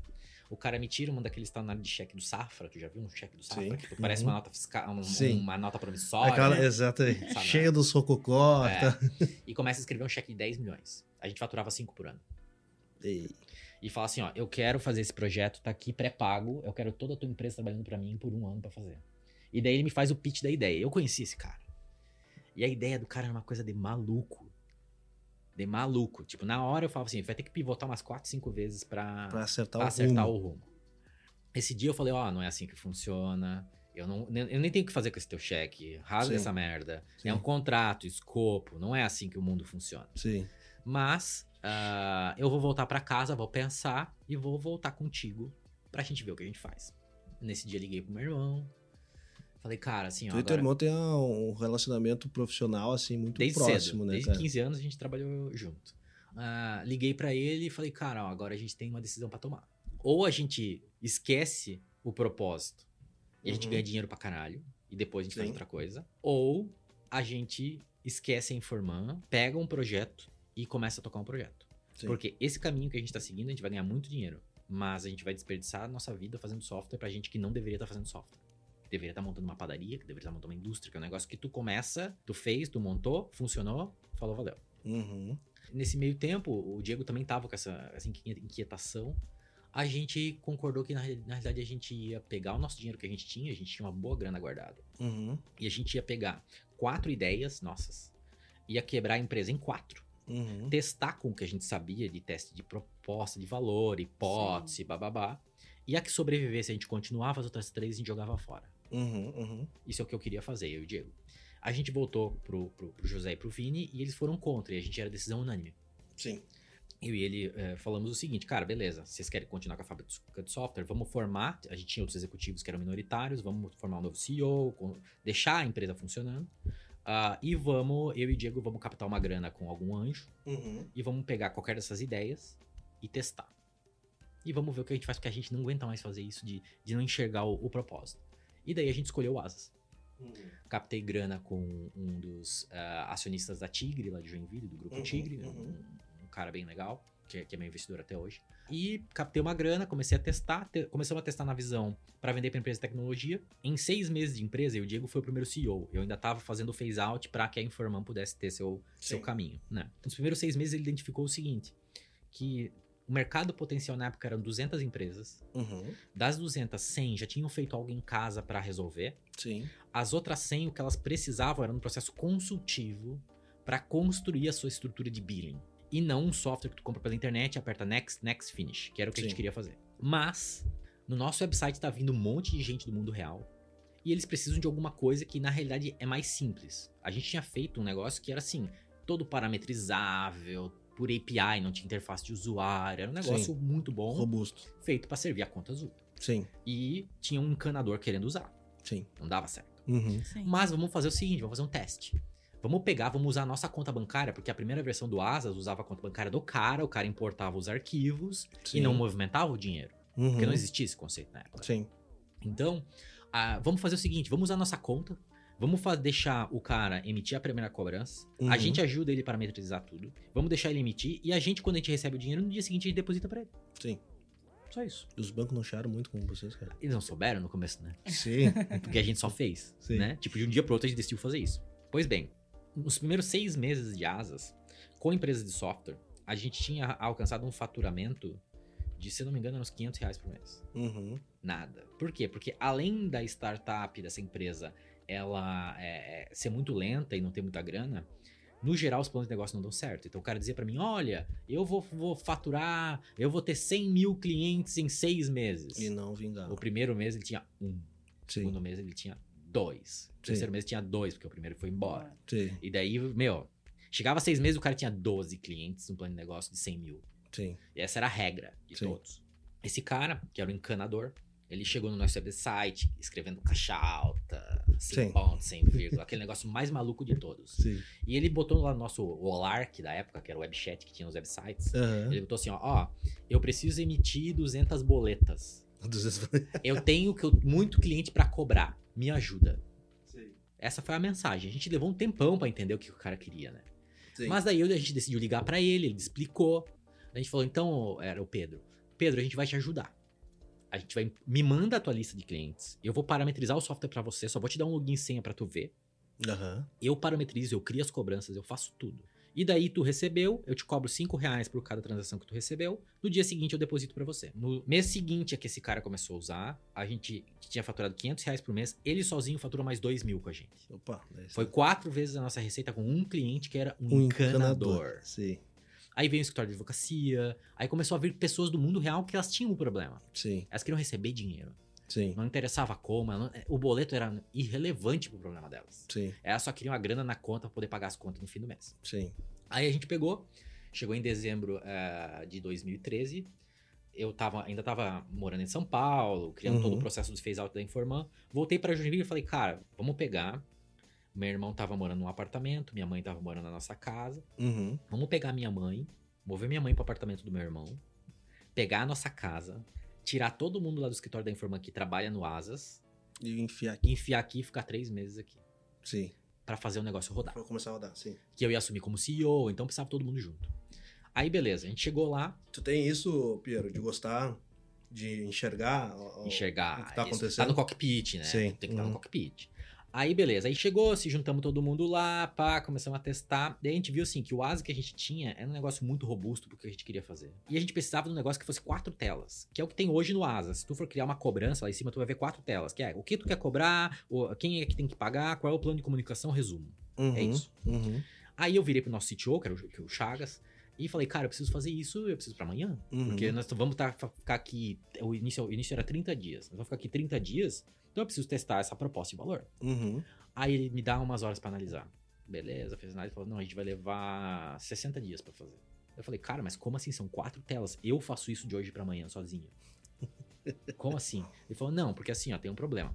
O cara me tira, manda aquele estacionário de cheque do Safra, tu já viu um cheque do Safra?
Sim. Uhum.
Que parece uma nota fiscal, um-
Sim.
uma nota promissória.
Aquela, exato aí.
né? Sabe?
Cheia dos rococó.
É.
tá?
E começa a escrever um cheque de 10 milhões. A gente faturava 5 por ano. É.
E-
E fala assim, ó, eu quero fazer esse projeto, tá aqui pré-pago, eu quero toda a tua empresa trabalhando pra mim por um ano pra fazer. E daí ele me faz o pitch da ideia. Eu conheci esse cara. E a ideia do cara era uma coisa de maluco. De maluco. Tipo, na hora eu falava assim, vai ter que pivotar umas 4, 5 vezes pra,
Pra acertar
Ah, pra
o
acertar
rumo.
o rumo. Esse dia eu falei, ó, não é assim que funciona. Eu, não, eu nem tenho o que fazer com esse teu cheque. Rasga
Sim.
essa merda.
Sim.
É um contrato, escopo. Não é assim que o mundo funciona.
Sim.
Mas ah, eu vou voltar pra casa, vou pensar e vou voltar contigo pra gente ver o que a gente faz. Nesse dia liguei pro meu irmão. Falei, cara, assim, ó.
Tu e teu
agora-
irmão tem um relacionamento profissional, assim, muito
desde
próximo,
cedo,
né,
desde
cara?
15 anos a gente trabalhou junto. Ah, liguei pra ele e falei, cara, ó, agora a gente tem uma decisão pra tomar. Ou a gente esquece o propósito e a gente
Uhum.
ganha dinheiro pra caralho e depois a gente faz
Sim.
outra coisa. Ou a gente esquece a Informan, pega um projeto e começa a tocar um projeto.
Sim.
Porque esse caminho que a gente tá seguindo, a gente vai ganhar muito dinheiro. mas a gente vai desperdiçar a nossa vida fazendo software pra gente que não deveria estar fazendo software. Que deveria estar montando uma padaria, que deveria estar montando uma indústria, que é um negócio que tu começa, tu fez, tu montou, funcionou, falou, valeu.
Uhum.
Nesse meio tempo, o Diego também tava com essa, essa inqui- inquietação. A gente concordou que, na, reali- na realidade, a gente ia pegar o nosso dinheiro que a gente tinha, a gente tinha uma boa grana guardada.
Uhum.
E a gente ia pegar quatro ideias nossas, ia quebrar a empresa em quatro
Uhum.
testar com o que a gente sabia de teste de proposta, de valor, hipótese, bababá. E a que sobrevivesse, a gente continuava as outras três e a gente jogava fora.
Uhum. Uhum.
Isso é o que eu queria fazer, eu e o Diego. A gente voltou pro, pro, pro José e pro Vini e eles foram contra, e a gente era decisão unânime.
Sim.
Eu e ele eh, falamos o seguinte, cara, beleza, vocês querem continuar com a fábrica de so- de software? Vamos formar, a gente tinha outros executivos que eram minoritários, vamos formar um novo CEO, com- deixar a empresa funcionando. Ah, e vamos, eu e o Diego, vamos captar uma grana com algum anjo
Uhum.
e vamos pegar qualquer dessas ideias e testar. E vamos ver o que a gente faz, porque a gente não aguenta mais fazer isso de, de não enxergar o, o propósito. E daí a gente escolheu o Asas.
uhum.
Captei grana com um dos ah, acionistas da Tigre, lá de Joinville, do grupo
Uhum,
Tigre, um-
uhum.
um, cara bem legal, que, é- que é meu investidor até hoje. E captei uma grana, comecei a testar, te- começamos a testar na visão para vender para empresa de tecnologia. Em seis meses de empresa, eu e o Diego foi o primeiro CEO. Eu ainda estava fazendo o phase-out para que a Informan pudesse ter seu, seu
Sim.
caminho, né? Nos primeiros seis meses ele identificou o seguinte, que o mercado potencial na época eram 200 empresas,
Uhum.
das 200, 100 já tinham feito algo em casa para resolver,
Sim.
as outras 100 o que elas precisavam era um processo consultivo para construir a sua estrutura de billing. E não um software que tu compra pela internet, aperta next, next, finish, que era o que a
Sim.
gente queria fazer. Mas, no nosso website tá vindo um monte de gente do mundo real e eles precisam de alguma coisa que na realidade é mais simples. A gente tinha feito um negócio que era assim, todo parametrizável, por API, não tinha interface de usuário, era um negócio muito bom,
Robusto.
feito para servir a conta azul.
Sim.
E tinha um encanador querendo usar,
Sim.
não dava certo.
Uhum.
Sim.
Mas vamos fazer o seguinte, vamos fazer um teste. Vamos pegar, vamos usar a nossa conta bancária, porque a primeira versão do Asas usava a conta bancária do cara, o cara importava os arquivos
Sim.
e não movimentava o dinheiro,
Uhum.
porque não existia esse conceito na época.
Sim.
Então, ah, vamos fazer o seguinte, vamos usar a nossa conta, vamos fa- deixar o cara emitir a primeira cobrança,
Uhum.
a gente ajuda ele a parametrizar tudo, vamos deixar ele emitir e a gente, quando a gente recebe o dinheiro, no dia seguinte a gente deposita pra ele.
Sim.
Só isso.
Os bancos não chiaram muito com vocês, cara.
Eles não souberam no começo, né?
Sim.
Porque a gente só fez,
Sim.
né? Tipo, de um dia pro outro a gente decidiu fazer isso. Pois bem, nos primeiros seis meses de asas, com empresas de software, a gente tinha alcançado um faturamento de, se eu não me engano, uns 500 reais por mês.
Uhum.
Nada. Por quê? Porque além da startup dessa empresa ela é, é, ser muito lenta e não ter muita grana, no geral os planos de negócio não dão certo. Então o cara dizia pra mim, olha, eu vou, vou faturar, eu vou ter 100 mil clientes em seis meses.
E não vingaram.
O primeiro mês ele tinha um.
Sim.
Segundo mês ele tinha dois. Terceiro mês tinha dois, porque o primeiro foi embora.
Sim.
E daí, meu, chegava seis meses, o cara tinha 12 clientes no plano de negócio de 100 mil.
Sim.
E essa era a regra de
Sim.
todos. Esse cara, que era o encanador, ele chegou no nosso website escrevendo caixa alta, sem
Sim.
ponto, sem vírgula, aquele negócio mais maluco de todos.
Sim.
E ele botou lá no nosso OLARC da época, que era o webchat que tinha nos websites.
Aham.
Ele botou assim, ó, ó, eu preciso emitir 200 boletas. Eu tenho que- muito cliente pra cobrar. Me ajuda.
Sim.
Essa foi a mensagem. A gente levou um tempão pra entender o que o cara queria, né?
Sim.
Mas daí a gente decidiu ligar pra ele, ele explicou. A gente falou, então, era o Pedro. Pedro, a gente vai te ajudar. A gente vai me manda a tua lista de clientes. Eu vou parametrizar o software pra você, só vou te dar um login e senha pra tu ver.
Aham.
Eu parametrizo, eu crio as cobranças, eu faço tudo. E daí tu recebeu, eu te cobro 5 reais por cada transação que tu recebeu. No dia seguinte eu deposito pra você. No mês seguinte é que esse cara começou a usar, a gente tinha faturado 500 reais por mês, ele sozinho fatura mais 2 mil com a gente.
Opa. daí
Foi
você-
quatro vezes a nossa receita com um cliente que era um,
é. um
encanador.
encanador. Sim.
Aí veio o escritório de advocacia, aí começou a vir pessoas do mundo real que elas tinham um problema.
Sim.
Elas queriam receber dinheiro.
Sim.
Não interessava como, ela não- o boleto era irrelevante pro problema delas.
Sim.
Elas só queriam a grana na conta pra poder pagar as contas no fim do mês.
Sim.
Aí a gente pegou, chegou em dezembro eh, de 2013. Eu tava, ainda tava morando em São Paulo, criando
Uhum.
todo o processo do phase out da Informan. Voltei pra Joinville e falei, cara, vamos pegar. Meu irmão tava morando num apartamento, minha mãe tava morando na nossa casa.
Uhum.
Vamos pegar minha mãe, mover minha mãe pro apartamento do meu irmão, pegar a nossa casa, tirar todo mundo lá do escritório da Informan que trabalha no Asas,
E enfiar aqui.
e enfiar aqui e ficar três meses aqui.
Sim.
Pra fazer o negócio rodar
Vou começar a rodar, sim.
que eu ia assumir como CEO, então precisava todo mundo junto. Aí beleza, a gente chegou lá,
Tu tem isso, Piero, de gostar de enxergar. o-
enxergar.
o que tá
isso.
acontecendo.
Tá no cockpit, né?
Sim.
Tem que estar
Uhum.
no cockpit. Aí, beleza. Aí chegou, se juntamos todo mundo lá, pá, começamos a testar. Daí a gente viu, assim, que o asa que a gente tinha era um negócio muito robusto pro que a gente queria fazer. E a gente precisava de um negócio que fosse quatro telas, que é o que tem hoje no asa. Se tu for criar uma cobrança lá em cima, tu vai ver quatro telas, que é o que tu quer cobrar, o- quem é que tem que pagar, qual é o plano de comunicação, resumo.
Uhum,
É isso.
Uhum,
Aí eu virei pro nosso CTO, que era o, que é o Chagas, e falei, cara, eu preciso fazer isso, eu preciso pra amanhã.
uhum.
Porque nós vamos tá- ficar aqui. O início, o início era 30 dias. Nós vamos ficar aqui 30 dias. Então eu preciso testar essa proposta de valor.
Uhum.
Aí ele me dá umas horas pra analisar. Beleza, fez análise e falou: não, a gente vai levar 60 dias pra fazer. Eu falei, cara, mas como assim? São quatro telas. Eu faço isso de hoje pra amanhã sozinho. Como assim? Ele falou: não, porque assim, ó, tem um problema.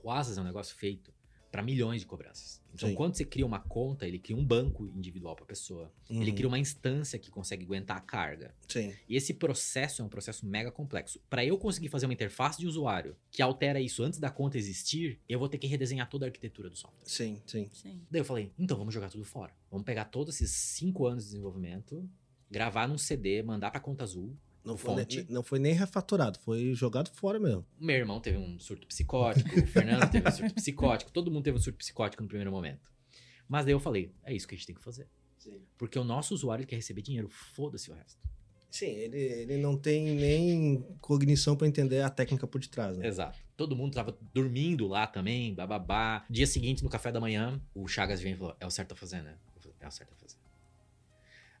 O Asas é um negócio feito pra milhões de cobranças. Então,
Sim.
quando você cria uma conta, ele cria um banco individual pra pessoa. Ele
uhum.
cria uma instância que consegue aguentar a carga.
Sim.
E esse processo é um processo mega complexo. Para eu conseguir fazer uma interface de usuário que altera isso antes da conta existir, eu vou ter que redesenhar toda a arquitetura do software.
Sim, sim.
Sim.
Daí eu falei, então vamos jogar tudo fora. Vamos pegar todos esses cinco anos de desenvolvimento, gravar num CD, mandar pra conta azul.
Não foi, ne-
Fonte.
não foi nem refaturado, foi jogado fora mesmo.
O Meu irmão teve um surto psicótico, o Fernando teve um surto psicótico, todo mundo teve um surto psicótico no primeiro momento. Mas daí eu falei, é isso que a gente tem que fazer.
Sim,
Porque o nosso usuário ele quer receber dinheiro, foda-se o resto.
ele, ele não tem nem cognição pra entender a técnica por detrás, né?
Exato. Todo mundo tava dormindo lá também, bababá. Dia seguinte, no café da manhã, o Chagas vem e falou: é o certo a fazer, né? Eu falei, é o certo a fazer.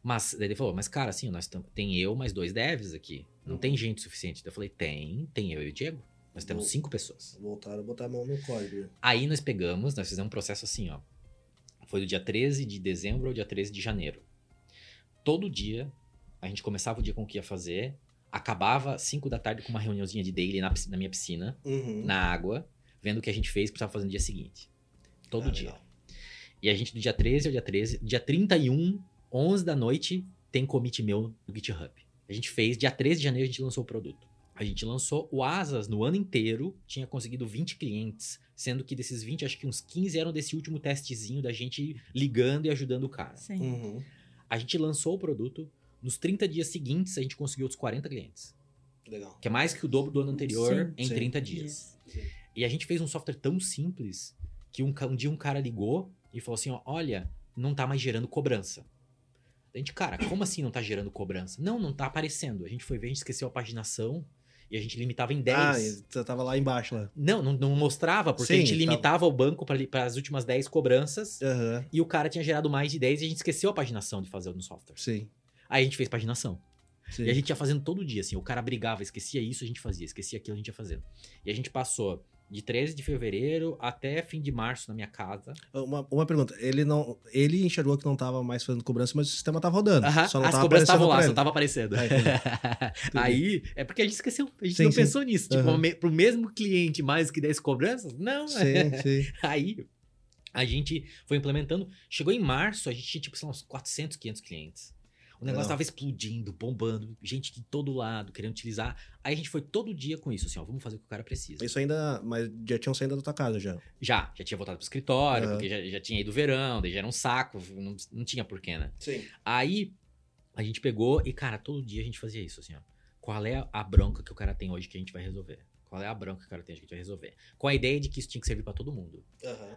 Mas daí ele falou: mas cara, assim, nós tam- tem eu mais dois devs aqui. Não tem gente suficiente. Daí eu falei: tem, tem eu e o Diego. Nós temos
Bom.
cinco pessoas.
Voltaram a botar a mão no código.
Aí nós pegamos, nós fizemos um processo assim, ó. Foi do dia 13 de dezembro ao dia 13 de janeiro. Todo dia, a gente começava o dia com o que ia fazer, acabava 5 da tarde com uma reuniãozinha de daily na pisci- na minha piscina
Uhum.
na água, vendo o que a gente fez e precisava fazer no dia seguinte. Todo
Ah,
dia.
legal.
E a gente, do dia 13 ao dia 13, dia 31, 11 da noite, tem commit meu no GitHub. A gente fez, dia 13 de janeiro, a gente lançou o produto. A gente lançou o Asas no ano inteiro, tinha conseguido 20 clientes, sendo que desses 20, acho que uns 15 eram desse último testezinho da gente ligando e ajudando o cara.
Sim.
Uhum.
A gente lançou o produto, nos 30 dias seguintes, a gente conseguiu outros 40 clientes,
Legal.
que é mais que o dobro do ano anterior
Sim,
em
sim.
30 dias. E a gente fez um software tão simples que um, ca- um dia um cara ligou e falou assim: ó, olha, não tá mais gerando cobrança. A gente, cara, como assim não tá gerando cobrança? Não, não tá aparecendo. A gente foi ver, a gente esqueceu a paginação e a gente limitava em 10.
Ah, e você tava lá embaixo né? lá.
Não, não, não mostrava, porque
Sim,
a gente
tava-
limitava o banco para as últimas 10 cobranças
Aham.
e o cara tinha gerado mais de 10 e a gente esqueceu a paginação de fazer no software.
Sim.
Aí a gente fez paginação.
sim.
E a gente ia fazendo todo dia, assim. O cara brigava, esquecia isso, a gente fazia, esquecia aquilo, a gente ia fazendo. E a gente passou de 13 de fevereiro até fim de março na minha casa.
Uma, uma pergunta. Ele não. Ele enxergou que não tava mais fazendo cobrança, mas o sistema tava rodando.
Aham,
Só não
As
tava
cobranças
aparecendo
estavam lá,
pra
só
ele.
tava aparecendo.
Ah, entendi.
Aí, é porque a gente esqueceu, a gente
Sim,
não
sim.
pensou nisso. Tipo,
Aham.
me- pro mesmo cliente mais que 10 cobranças? Não,
Sim, sim.
Aí a gente foi implementando. Chegou em março, a gente tinha, tipo, sei lá, uns 400, 500 clientes. O negócio
Legal.
tava explodindo, bombando, gente de todo lado querendo utilizar. Aí a gente foi todo dia com isso, assim, ó, vamos fazer o que o cara precisa.
Isso ainda. Mas já tinham saído da tua casa já.
Já, já tinha voltado pro escritório,
Aham.
porque já, já tinha ido o verão, daí já era um saco, não, não tinha porquê, né?
Sim.
Aí a gente pegou e, cara, todo dia a gente fazia isso, assim, ó. Qual é a bronca que o cara tem hoje que a gente vai resolver? Qual é a bronca que o cara tem hoje que a gente vai resolver? Com a ideia de que isso tinha que servir pra todo mundo.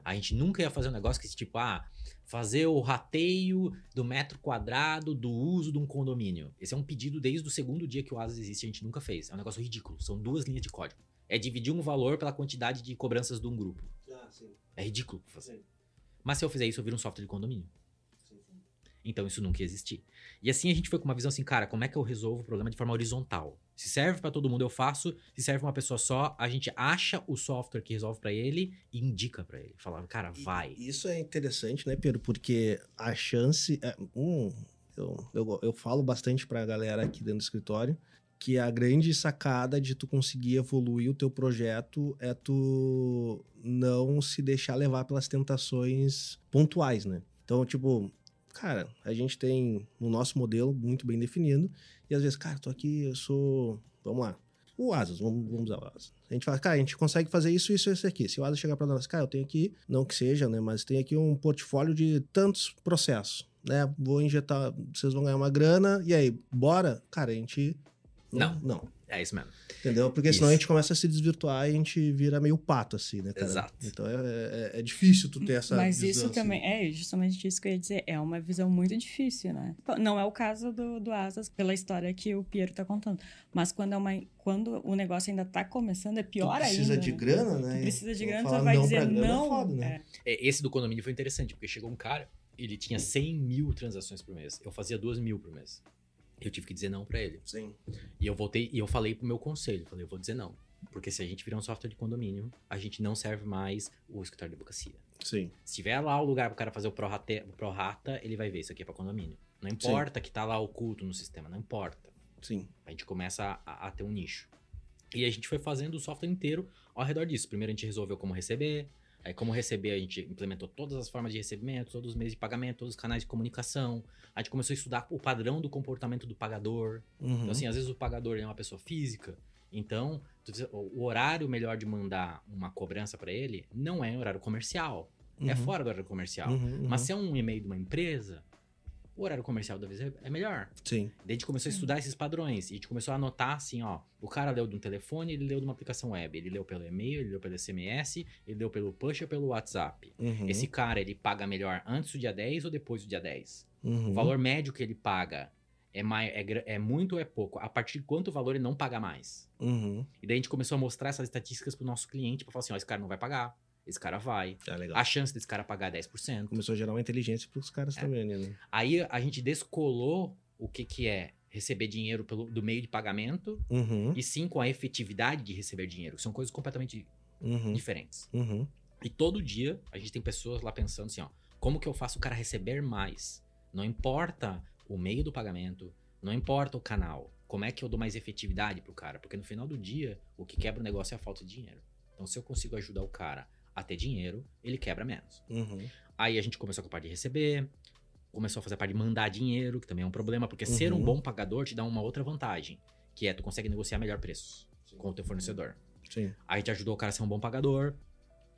A gente nunca ia fazer um negócio que, tipo, ah, fazer o rateio do metro quadrado do uso de um condomínio. Esse é um pedido desde o segundo dia que o Asas existe, a gente nunca fez. É um negócio ridículo. São duas linhas de código. É dividir um valor pela quantidade de cobranças de um grupo.
Ah, sim.
É ridículo fazer.
Sim.
Mas se eu fizer isso, eu viro um software de condomínio. Então isso nunca ia existir. E assim a gente foi com uma visão assim, cara, como é que eu resolvo o problema de forma horizontal? Se serve pra todo mundo, eu faço. Se serve pra uma pessoa só, a gente acha o software que resolve pra ele e indica pra ele. Falava, cara,
E-
vai.
Isso é interessante, né, Pedro? Porque a chance. é- hum, eu, eu, eu falo bastante pra galera aqui dentro do escritório que a grande sacada de tu conseguir evoluir o teu projeto é tu não se deixar levar pelas tentações pontuais, né? Então, tipo, cara, a gente tem o nosso modelo muito bem definido e às vezes, cara, tô aqui, eu sou. Vamos lá. O Asas, vamos, vamos usar o Asas. A gente fala, cara, a gente consegue fazer isso, isso, isso aqui. Se o Asas chegar para nós, cara, eu tenho aqui, não que seja, né, mas tem aqui um portfólio de tantos processos, né? Vou injetar, vocês vão ganhar uma grana, e aí, bora? Cara, a gente.
Não.
Não.
É isso mesmo.
Entendeu? Porque senão
Isso.
a gente começa a se desvirtuar e a gente vira meio pato, assim, né, cara?
Exato.
Então é, é- é difícil tu ter essa
Mas
visão,
isso
assim.
também é justamente isso que eu ia dizer. É uma visão muito difícil, né? Não é o caso do, do Asas pela história que o Piero tá contando. Mas quando, é uma, quando o negócio ainda tá começando, é pior
tu precisa
ainda.
de
né?
grana, né?
Tu precisa de
Vou
grana,
falar
tu vai
não
dizer
pra grana é
não.
foda, né?
É.
É, Esse do condomínio foi interessante, porque chegou um cara, ele tinha 100 mil transações por mês. Eu fazia 2 mil por mês. Eu tive que dizer não pra
é.
ele.
Sim.
E eu voltei e eu falei pro meu conselho, falei, eu vou dizer não. Porque se a gente virar um software de condomínio, a gente não serve mais o escritório de advocacia.
Sim.
Se tiver lá o lugar pro cara fazer o prorate- o prorata, ele vai ver isso aqui é pra condomínio. Não importa que tá lá oculto no sistema, não importa.
Sim.
A gente começa a, a ter um nicho. E a gente foi fazendo o software inteiro ao redor disso. Primeiro a gente resolveu como receber, aí como receber a gente implementou todas as formas de recebimento, todos os meios de pagamento, todos os canais de comunicação. A gente começou a estudar o padrão do comportamento do pagador.
Uhum.
Então assim, às vezes o pagador ele é uma pessoa física, então tu precisa- o o horário melhor de mandar uma cobrança para ele não é horário comercial, é
Uhum.
fora do horário comercial.
Uhum, uhum.
Mas se é um e-mail de uma empresa, o horário comercial da vez é é melhor.
Sim.
Daí a gente começou a
Sim.
estudar esses padrões. E a gente começou a anotar assim, ó. O cara leu de um telefone, ele leu de uma aplicação web. Ele leu pelo e-mail, ele leu pelo SMS, ele leu pelo push ou pelo WhatsApp.
Uhum.
Esse cara, ele paga melhor antes do dia 10 ou depois do dia 10?
Uhum.
O valor médio que ele paga é, mai- é gra- é muito ou é pouco? A partir de quanto valor ele não paga mais?
Uhum.
E daí a gente começou a mostrar essas estatísticas pro nosso cliente pra falar assim, ó, esse cara não vai pagar, esse cara vai.
Ah, legal.
A chance desse cara pagar é 10%.
Começou a gerar uma inteligência pros caras também ali, né?
Aí a gente descolou o que, que é receber dinheiro pelo, do meio de pagamento
Uhum.
e sim com a efetividade de receber dinheiro. que São coisas completamente
Uhum.
diferentes.
Uhum.
E todo dia a gente tem pessoas lá pensando assim, ó, como que eu faço o cara receber mais? Não importa o meio do pagamento, não importa o canal. Como é que eu dou mais efetividade pro cara? Porque no final do dia, o que quebra o negócio é a falta de dinheiro. Então, se eu consigo ajudar o cara a ter dinheiro, ele quebra menos.
Uhum.
Aí a gente começou com a parte de receber, começou a fazer a parte de mandar dinheiro, que também é um problema, porque ser um
Uhum.
bom pagador te dá uma outra vantagem, que é tu consegue negociar melhor preço com o teu fornecedor.
Sim.
Aí a gente ajudou o cara a ser um bom pagador,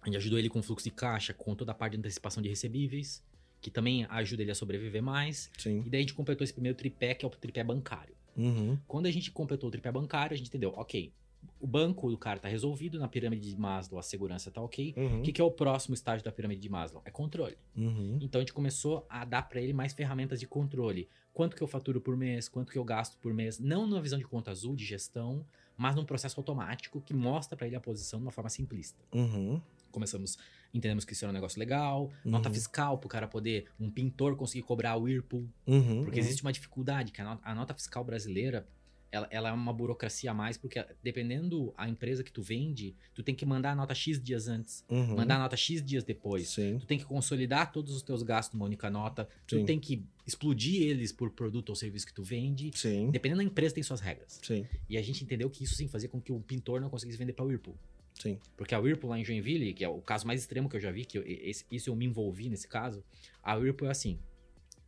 a gente ajudou ele com fluxo de caixa, com toda a parte de antecipação de recebíveis, que também ajuda ele a sobreviver mais.
Sim.
E daí a gente completou esse primeiro tripé, que é o tripé bancário.
Uhum.
Quando a gente completou o tripé bancário, a gente entendeu, ok, o banco do cara tá resolvido, na pirâmide de Maslow a segurança tá ok.
Uhum.
O que que é o próximo estágio da pirâmide de Maslow? É controle.
Uhum.
Então a gente começou a dar para ele mais ferramentas de controle. Quanto que eu faturo por mês, quanto que eu gasto por mês, não numa visão de conta azul, de gestão, mas num processo automático que mostra para ele a posição de uma forma simplista.
Uhum.
Começamos, entendemos que isso era um negócio legal, nota
Uhum.
fiscal para o cara poder, um pintor conseguir cobrar o Whirlpool,
Uhum.
porque existe uma dificuldade, que a nota, a nota fiscal brasileira, ela, ela é uma burocracia a mais, porque dependendo a empresa que tu vende, tu tem que mandar a nota X dias antes,
Uhum.
mandar a nota X dias depois.
Sim.
Tu tem que consolidar todos os teus gastos numa única nota. Tu
Sim.
tem que explodir eles por produto ou serviço que tu vende.
Sim.
Dependendo da empresa, tem suas regras.
Sim.
E a gente entendeu que isso sim fazia com que o pintor não conseguisse vender pra Whirlpool.
Sim.
Porque a Whirlpool lá em Joinville, que é o caso mais extremo que eu já vi, que eu- esse- isso eu me envolvi nesse caso, a Whirlpool é assim: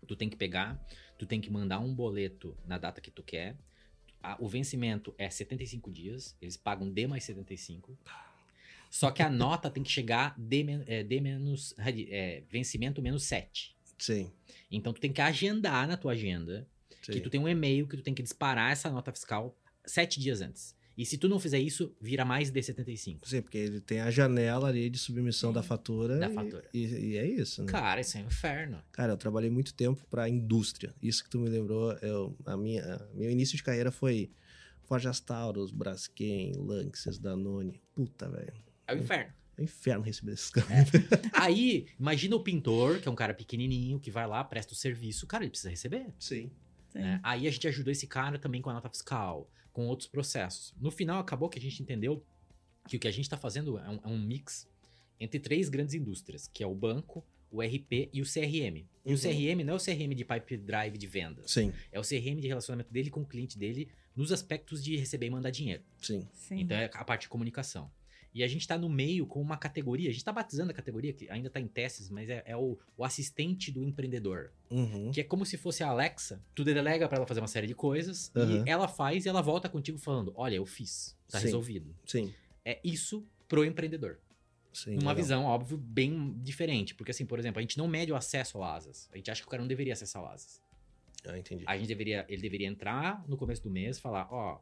tu tem que pegar, tu tem que mandar um boleto na data que tu quer. a- o vencimento é 75 dias, eles pagam D mais 75. Só que a nota tem que chegar D, men- é, D menos. é, vencimento menos 7.
Sim.
Então tu tem que agendar na tua agenda que
Sim.
tu tem um e-mail que tu tem que disparar essa nota fiscal sete dias antes. E se tu não fizer isso, vira mais D75.
Sim, porque ele tem a janela ali de submissão da fatura.
Da
e-
fatura.
E, e é isso, né?
Cara, isso é um inferno.
Cara, eu trabalhei muito tempo pra indústria. Isso que tu me lembrou, eu, a minha, a- meu início de carreira foi Forjas Taurus, Braskem, Lanxess, Danone. Puta, velho.
É um inferno.
É um inferno receber esses caras.
Aí, imagina o pintor, que é um cara pequenininho, que vai lá, presta o serviço. Cara, ele precisa receber.
Sim.
É.
né? Aí a gente ajudou esse cara também com a nota fiscal, com outros processos. No final, acabou que a gente entendeu que o que a gente está fazendo é um, é um mix entre três grandes indústrias, que é o banco, o RP e o CRM. E o
Uhum.
CRM não é o CRM de pipe drive de vendas.
Sim,
É o CRM de relacionamento dele com o cliente dele nos aspectos de receber e mandar dinheiro.
sim.
Sim.
Então é a parte de comunicação. E a gente está no meio com uma categoria, a gente está batizando a categoria, que ainda está em testes, mas é, é o, o assistente do empreendedor.
Uhum.
Que é como se fosse a Alexa, tu delega para ela fazer uma série de coisas,
Aham.
e ela faz e ela volta contigo falando: Olha, eu fiz, tá
Sim.
resolvido.
Sim,
É isso pro empreendedor.
sim.
Numa
legal.
visão, óbvio, bem diferente. Porque, assim, por exemplo, a gente não mede o acesso ao Asas. A gente acha que o cara não deveria acessar o Asas.
Ah, entendi.
A gente deveria, ele deveria entrar no começo do mês, falar, ó,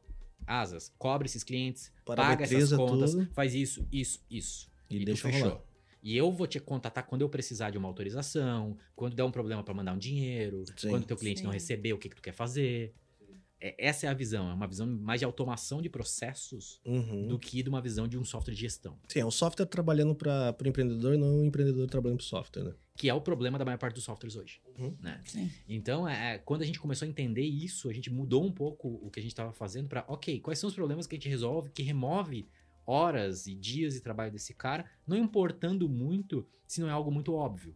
asas, cobre esses clientes, paga essas
Parametriza
contas,
é tudo.
faz isso, isso, isso.
E,
tu
deixa rolar.
E eu vou te contatar quando eu precisar de uma autorização, quando der um problema para mandar um dinheiro,
Sim.
quando teu cliente não
Sim.
receber, o que, que tu quer fazer. É- essa é a visão, é uma visão mais de automação de processos
Uhum.
do que de uma visão de um software de gestão,
Sim, é o software trabalhando para o empreendedor e não o empreendedor trabalhando para o software, né?
que é o problema da maior parte dos softwares hoje.
Uhum.
né?
Sim.
Então, é, é, quando a gente começou a entender isso, a gente mudou um pouco o que a gente estava fazendo para, ok, quais são os problemas que a gente resolve, que remove horas e dias de trabalho desse cara, não importando muito se não é algo muito óbvio.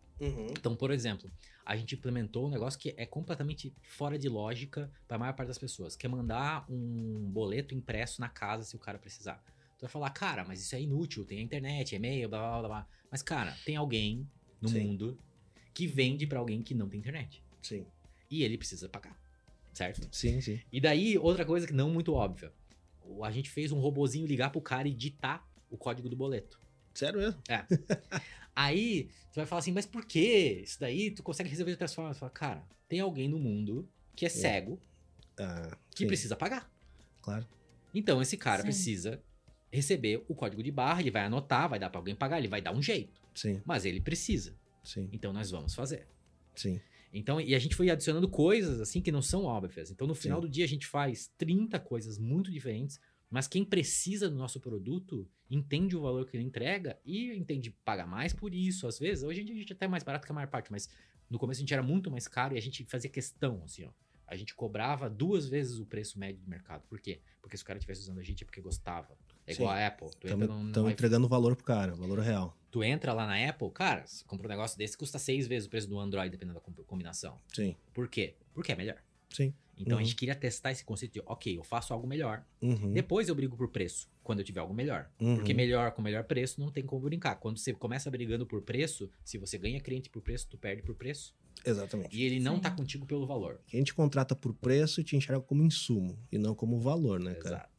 Então, por exemplo, a gente implementou um negócio que é completamente fora de lógica para a maior parte das pessoas, que é mandar um boleto impresso na casa se o cara precisar. Tu vai falar, cara, mas isso é inútil, tem a internet, e-mail, blá blá blá. blá. Mas, cara, tem alguém no
Sim.
mundo que vende para alguém que não tem internet.
Sim.
E ele precisa pagar, certo?
Sim, sim.
E daí, outra coisa que não muito óbvia. O- A gente fez um robozinho ligar pro cara e ditar o código do boleto.
Sério mesmo?
Aí tu vai falar assim, mas por quê? Isso daí tu consegue resolver de outras formas. Tu fala, cara, tem alguém no mundo que é cego
Ah,
que
sim,
precisa pagar.
Claro.
Então esse cara
Sim.
precisa receber o código de barra, ele vai anotar, vai dar pra alguém pagar, ele vai dar um jeito.
Sim,
Mas ele precisa.
sim,
Então nós vamos fazer.
sim.
Então, e a gente foi adicionando coisas assim que não são óbvias. Então, no final
Sim.
do dia, a gente faz 30 coisas muito diferentes, mas quem precisa do nosso produto entende o valor que ele entrega e entende pagar mais por isso. Às vezes, hoje em dia a gente é até mais barato que a maior parte, mas no começo a gente era muito mais caro e a gente fazia questão, assim, ó. A gente cobrava duas vezes o preço médio do mercado. Por quê? Porque se o cara estivesse usando a gente é porque gostava. É igual a Apple. Tu entra, no, no
Estão
iPhone-
entregando valor pro cara, valor real.
tu entra lá na Apple, cara, se compra um negócio desse, custa seis vezes o preço do Android, dependendo da com- combinação.
Sim.
Por quê? Porque é melhor.
Sim.
Então
Uhum.
a gente queria testar esse conceito de, ok, eu faço algo melhor.
Uhum.
Depois eu brigo por preço, quando eu tiver algo melhor.
Uhum.
Porque melhor com melhor preço não tem como brincar. Quando você começa brigando por preço, se você ganha cliente por preço, tu perde por preço.
Exatamente.
E ele não
Sim.
tá contigo pelo valor.
Quem te contrata por preço te enxerga como insumo e não como valor, né, cara?
Exato.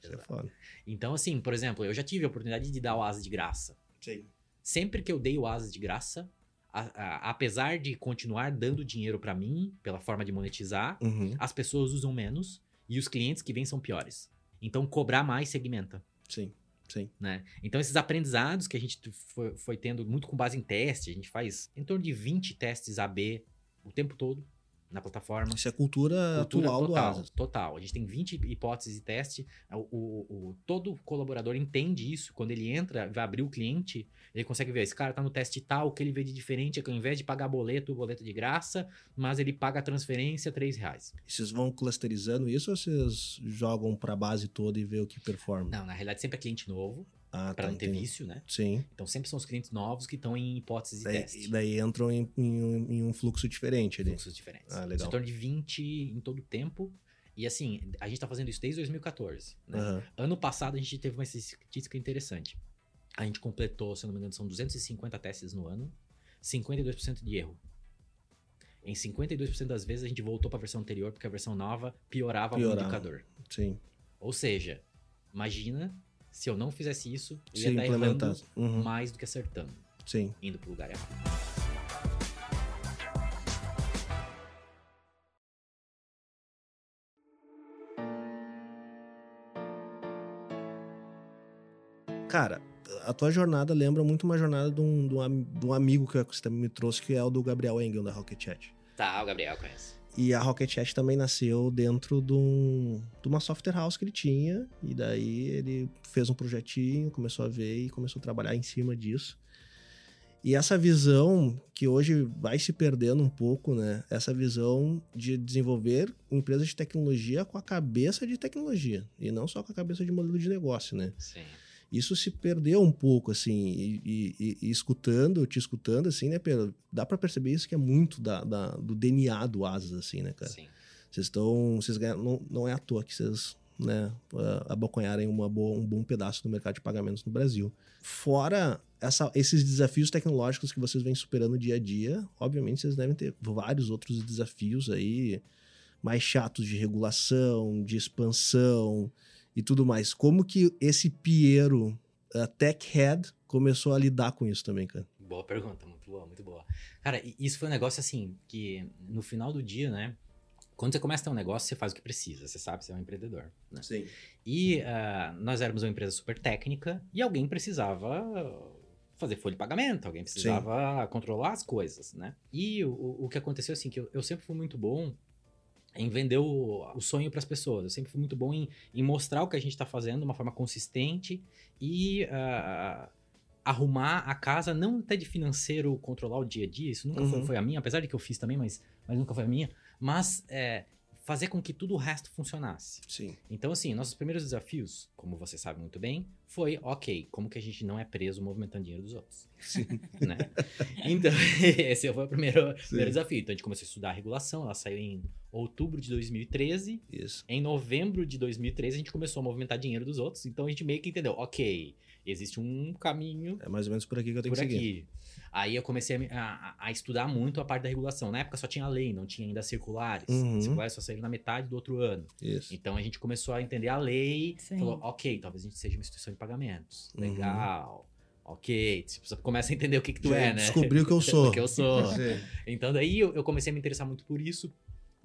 Isso é
Exato.
foda.
Então, assim, por exemplo, eu já tive a oportunidade de dar o asa de graça.
Sim.
Sempre que eu dei o asa de graça, a- a- apesar de continuar dando dinheiro pra mim, pela forma de monetizar,
Uhum.
as pessoas usam menos e os clientes que vêm são piores. Então, cobrar mais segmenta.
Sim, sim.
né? Então, esses aprendizados que a gente tu- foi, foi tendo muito com base em teste, a gente faz em torno de 20 testes AB o tempo todo na plataforma.
Isso é cultura,
Cultura
atual
total,
do Asas.
total. A gente tem 20 hipóteses de teste. O, o- o- todo colaborador entende isso. Quando ele entra, vai abrir o cliente, ele consegue ver. Esse cara tá no teste tal, o que ele vê de diferente é que ao invés de pagar boleto, boleto é de graça, mas ele paga a transferência R$ 3 reais.
E Vocês vão clusterizando isso ou vocês jogam pra base toda e vê o que performa?
Não, na realidade sempre é cliente novo,
Ah,
para não ter
entendi.
vício, né?
Sim.
Então sempre são os clientes novos que estão em hipóteses de
Daí,
teste.
e daí entram em, em um- em um fluxo diferente ali.
fluxos diferentes.
Ah, legal.
Em torno de 20 em todo o tempo. E assim, a gente tá fazendo isso desde 2014. né?
Aham.
Ano passado a gente teve uma estatística interessante. A gente completou, se eu não me engano, são 250 testes no ano, 52% de erro. Em 52% das vezes a gente voltou para a versão anterior, porque a versão nova piorava,
Piorava.
algum indicador.
Sim.
Ou seja, imagina se eu não fizesse isso, eu
Se
ia estar
implementar.
tá errando
Uhum.
mais do que acertando,
Sim.
indo pro lugar errado.
Cara, a tua jornada lembra muito uma jornada de um, de um am- de um amigo que você me trouxe, que é o do Gabriel Engel, da Rocket Chat.
Tá, o Gabriel conhece.
E a Rocket Chat também nasceu dentro de, um- de uma software house que ele tinha. E daí ele fez um projetinho, começou a ver e começou a trabalhar em cima disso. E essa visão, que hoje vai se perdendo um pouco, né? Essa visão de desenvolver empresas de tecnologia com a cabeça de tecnologia. E não só com a cabeça de modelo de negócio, né?
Sim.
isso se perdeu um pouco, assim, e, e- e- e escutando, te escutando, assim, né, Pedro? Dá pra perceber isso que é muito da, da- do DNA do Asas, assim, né, cara?
Sim.
Vocês estão, vocês ganharam, não, não é à toa que vocês, né, ah, abocanharem uma boa, um bom pedaço do mercado de pagamentos no Brasil. Fora essa- esses desafios tecnológicos que vocês vêm superando dia a dia, obviamente vocês devem ter vários outros desafios aí, mais chatos de regulação, de expansão e tudo mais. Como que esse Piero, ah, Tech Head, começou a lidar com isso também, cara?
Boa pergunta, muito boa, muito boa. Cara, e- isso foi um negócio assim, que no final do dia, né? Quando você começa a ter um negócio, você faz o que precisa, você sabe, você é um empreendedor. Né?
Sim.
E ah, nós éramos uma empresa super técnica e alguém precisava fazer folha de pagamento, alguém precisava controlar as coisas, né? E o, o que aconteceu, assim, que eu, eu sempre fui muito bom em vender o, o sonho para as pessoas. Eu sempre fui muito bom em, em mostrar o que a gente está fazendo de uma forma consistente e ah, arrumar a casa, não até de financeiro controlar o dia a dia, isso nunca foi,
Uhum.
foi a minha, apesar de que eu fiz também, mas, mas nunca foi a minha. Mas é, fazer com que tudo o resto funcionasse.
Sim.
Então, assim, nossos primeiros desafios, como você sabe muito bem, foi, ok, como que a gente não é preso movimentando dinheiro dos outros? Né? Então, esse foi o primeiro, primeiro desafio. Então, a gente começou a estudar a regulação, ela saiu em outubro de 2013.
Isso.
Em novembro de 2013, a gente começou a movimentar dinheiro dos outros. Então, a gente meio que entendeu, ok, existe um caminho
É mais ou menos por aqui que eu tenho
por
que seguir.
aqui. Aí eu comecei a me- a, a- a estudar muito a parte da regulação. Na época só tinha lei, não tinha ainda circulares.
Uhum.
Circulares só saíram na metade do outro ano.
Isso.
Então a gente começou a entender a lei,
Sim.
falou, ok, talvez a gente seja uma instituição de pagamentos.
Uhum.
Legal. Ok, você começa a entender o que, que tu
Já
é, né?
descobri o que eu sou.
O que eu sou.
Sim.
Então daí eu, eu comecei a me interessar muito por isso.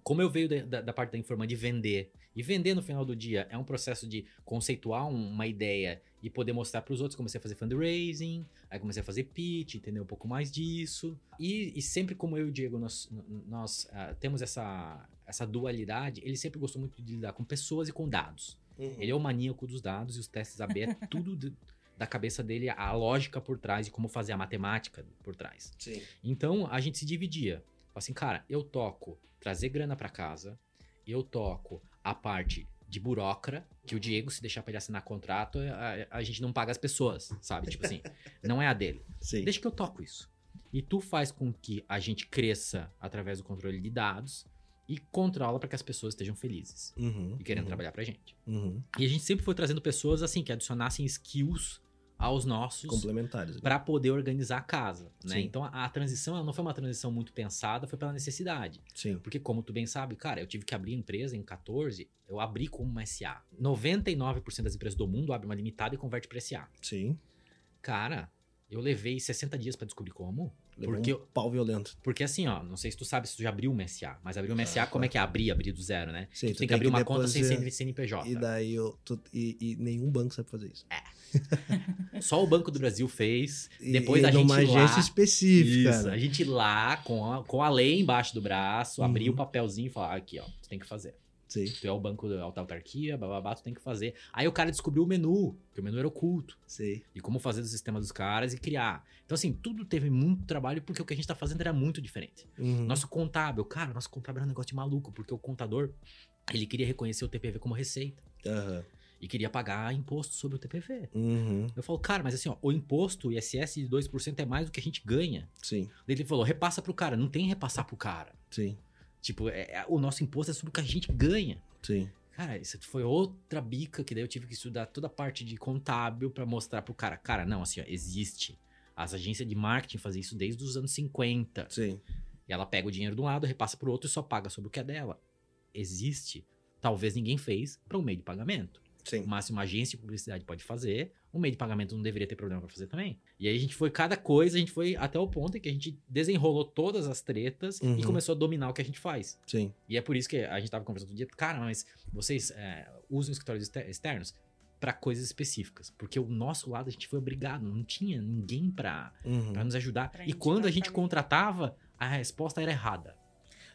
Como eu veio da, da- da parte da informa de vender. E vender no final do dia é um processo de conceituar um- uma ideia e poder mostrar para os outros. Comecei a fazer fundraising, aí comecei a fazer pitch, entender um pouco mais disso. E, e sempre como eu e o Diego, nós, n- nós ah, temos essa, essa dualidade, ele sempre gostou muito de lidar com pessoas e com dados. Ele é o maníaco dos dados e os testes AB é tudo de- da cabeça dele, a lógica por trás e como fazer a matemática por trás.
Sim.
Então a gente se dividia. Fala Assim, cara, eu toco trazer grana pra casa, eu toco a parte de burocra, que o Diego, se deixar pra ele assinar contrato, a, a gente não paga as pessoas, sabe? Tipo assim, não é a dele.
Sim.
Deixa que eu toco isso. E tu faz com que a gente cresça através do controle de dados e controla pra que as pessoas estejam felizes
Uhum.
e querendo
uhum,
trabalhar pra gente.
Uhum.
E a gente sempre foi trazendo pessoas assim, que adicionassem skills aos nossos
Complementares. né?
para poder organizar a casa, né?
Sim.
Então a, a transição ela não foi uma transição muito pensada, foi pela necessidade.
Sim.
Porque como tu bem sabe, cara, eu tive que abrir a empresa em 14, eu abri como uma SA. 99% das empresas do mundo abrem uma limitada e converte para SA.
Sim.
Cara, eu levei 60 dias para descobrir como.
Levou
Porque
um pau violento.
Porque assim, ó, não sei se tu sabe se tu já abriu uma SA, mas abrir uma
Ah.
SA, como é que é abrir, abrir do zero, né?
Sim,
tu tem que abrir uma conta sem
depois- é,
CNPJ.
E daí eu. tu- e, e nenhum banco sabe fazer
É,
isso.
Só o Banco do Brasil fez.
E-
Depois
e
a gente
numa agência
lá,
específica.
Isso,
né?
a gente lá com a, com a lei embaixo do braço,
Uhum.
abrir o papelzinho e falar: aqui, ó, tu tem que fazer.
Sim.
Tu é o banco da da autarquia, bababá, tu tem que fazer. Aí o cara descobriu o menu, que o menu era oculto,
Sim.
e como fazer do sistema dos caras e criar. Então, assim, tudo teve muito trabalho porque o que a gente tá fazendo era muito diferente.
Uhum.
Nosso contábil, cara, nosso contábil era um negócio de maluco, porque o contador, ele queria reconhecer o TPV como receita
Aham.
e queria pagar imposto sobre o TPV.
Uhum.
Eu falo, cara, mas assim, ó, o imposto, o ISS de 2% é mais do que a gente ganha.
Sim.
Daí ele falou, repassa pro cara. Não tem repassar pro cara.
Sim.
Tipo, é- é- o nosso imposto é sobre o que a gente ganha.
Sim.
Cara, isso foi outra bica que daí eu tive que estudar toda a parte de contábil pra mostrar pro cara. Cara, não, assim, ó, existe. As agências de marketing fazem isso desde os anos 50.
Sim.
E ela pega o dinheiro de um lado, repassa pro outro e só paga sobre o que é dela. Existe. Talvez ninguém fez para um meio de pagamento.
Sim.
O máximo uma agência de publicidade pode fazer, um meio de pagamento não deveria ter problema pra fazer também. E aí a gente foi cada coisa, a gente foi até o ponto em que a gente desenrolou todas as tretas
Uhum.
e começou a dominar o que a gente faz.
Sim.
E é por isso que a gente tava conversando todo dia, cara, mas vocês é, usam escritórios exter- externos pra coisas específicas, porque o nosso lado a gente foi obrigado, não tinha ninguém pra
Uhum.
pra nos ajudar.
Pra
e quando a
indicar
gente
pra mim.
contratava, a resposta era errada.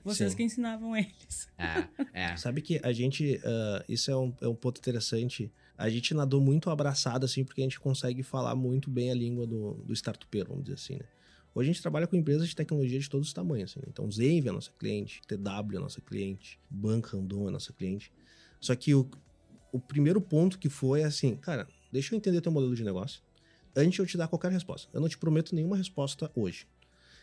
Vocês
Sim.
que ensinavam eles.
É, é.
Sabe que a gente. ah, isso é um, é um ponto interessante. A gente nadou muito abraçado, assim, porque a gente consegue falar muito bem a língua do, do startupeiro, vamos dizer assim, né? Hoje a gente trabalha com empresas de tecnologia de todos os tamanhos, assim. né? Então, Zenvia é nossa cliente, TW é nossa cliente, Banca Randon é nossa cliente. Só que o, o primeiro ponto que foi assim, cara, deixa eu entender teu modelo de negócio antes de eu te dar qualquer resposta. Eu não te prometo nenhuma resposta hoje.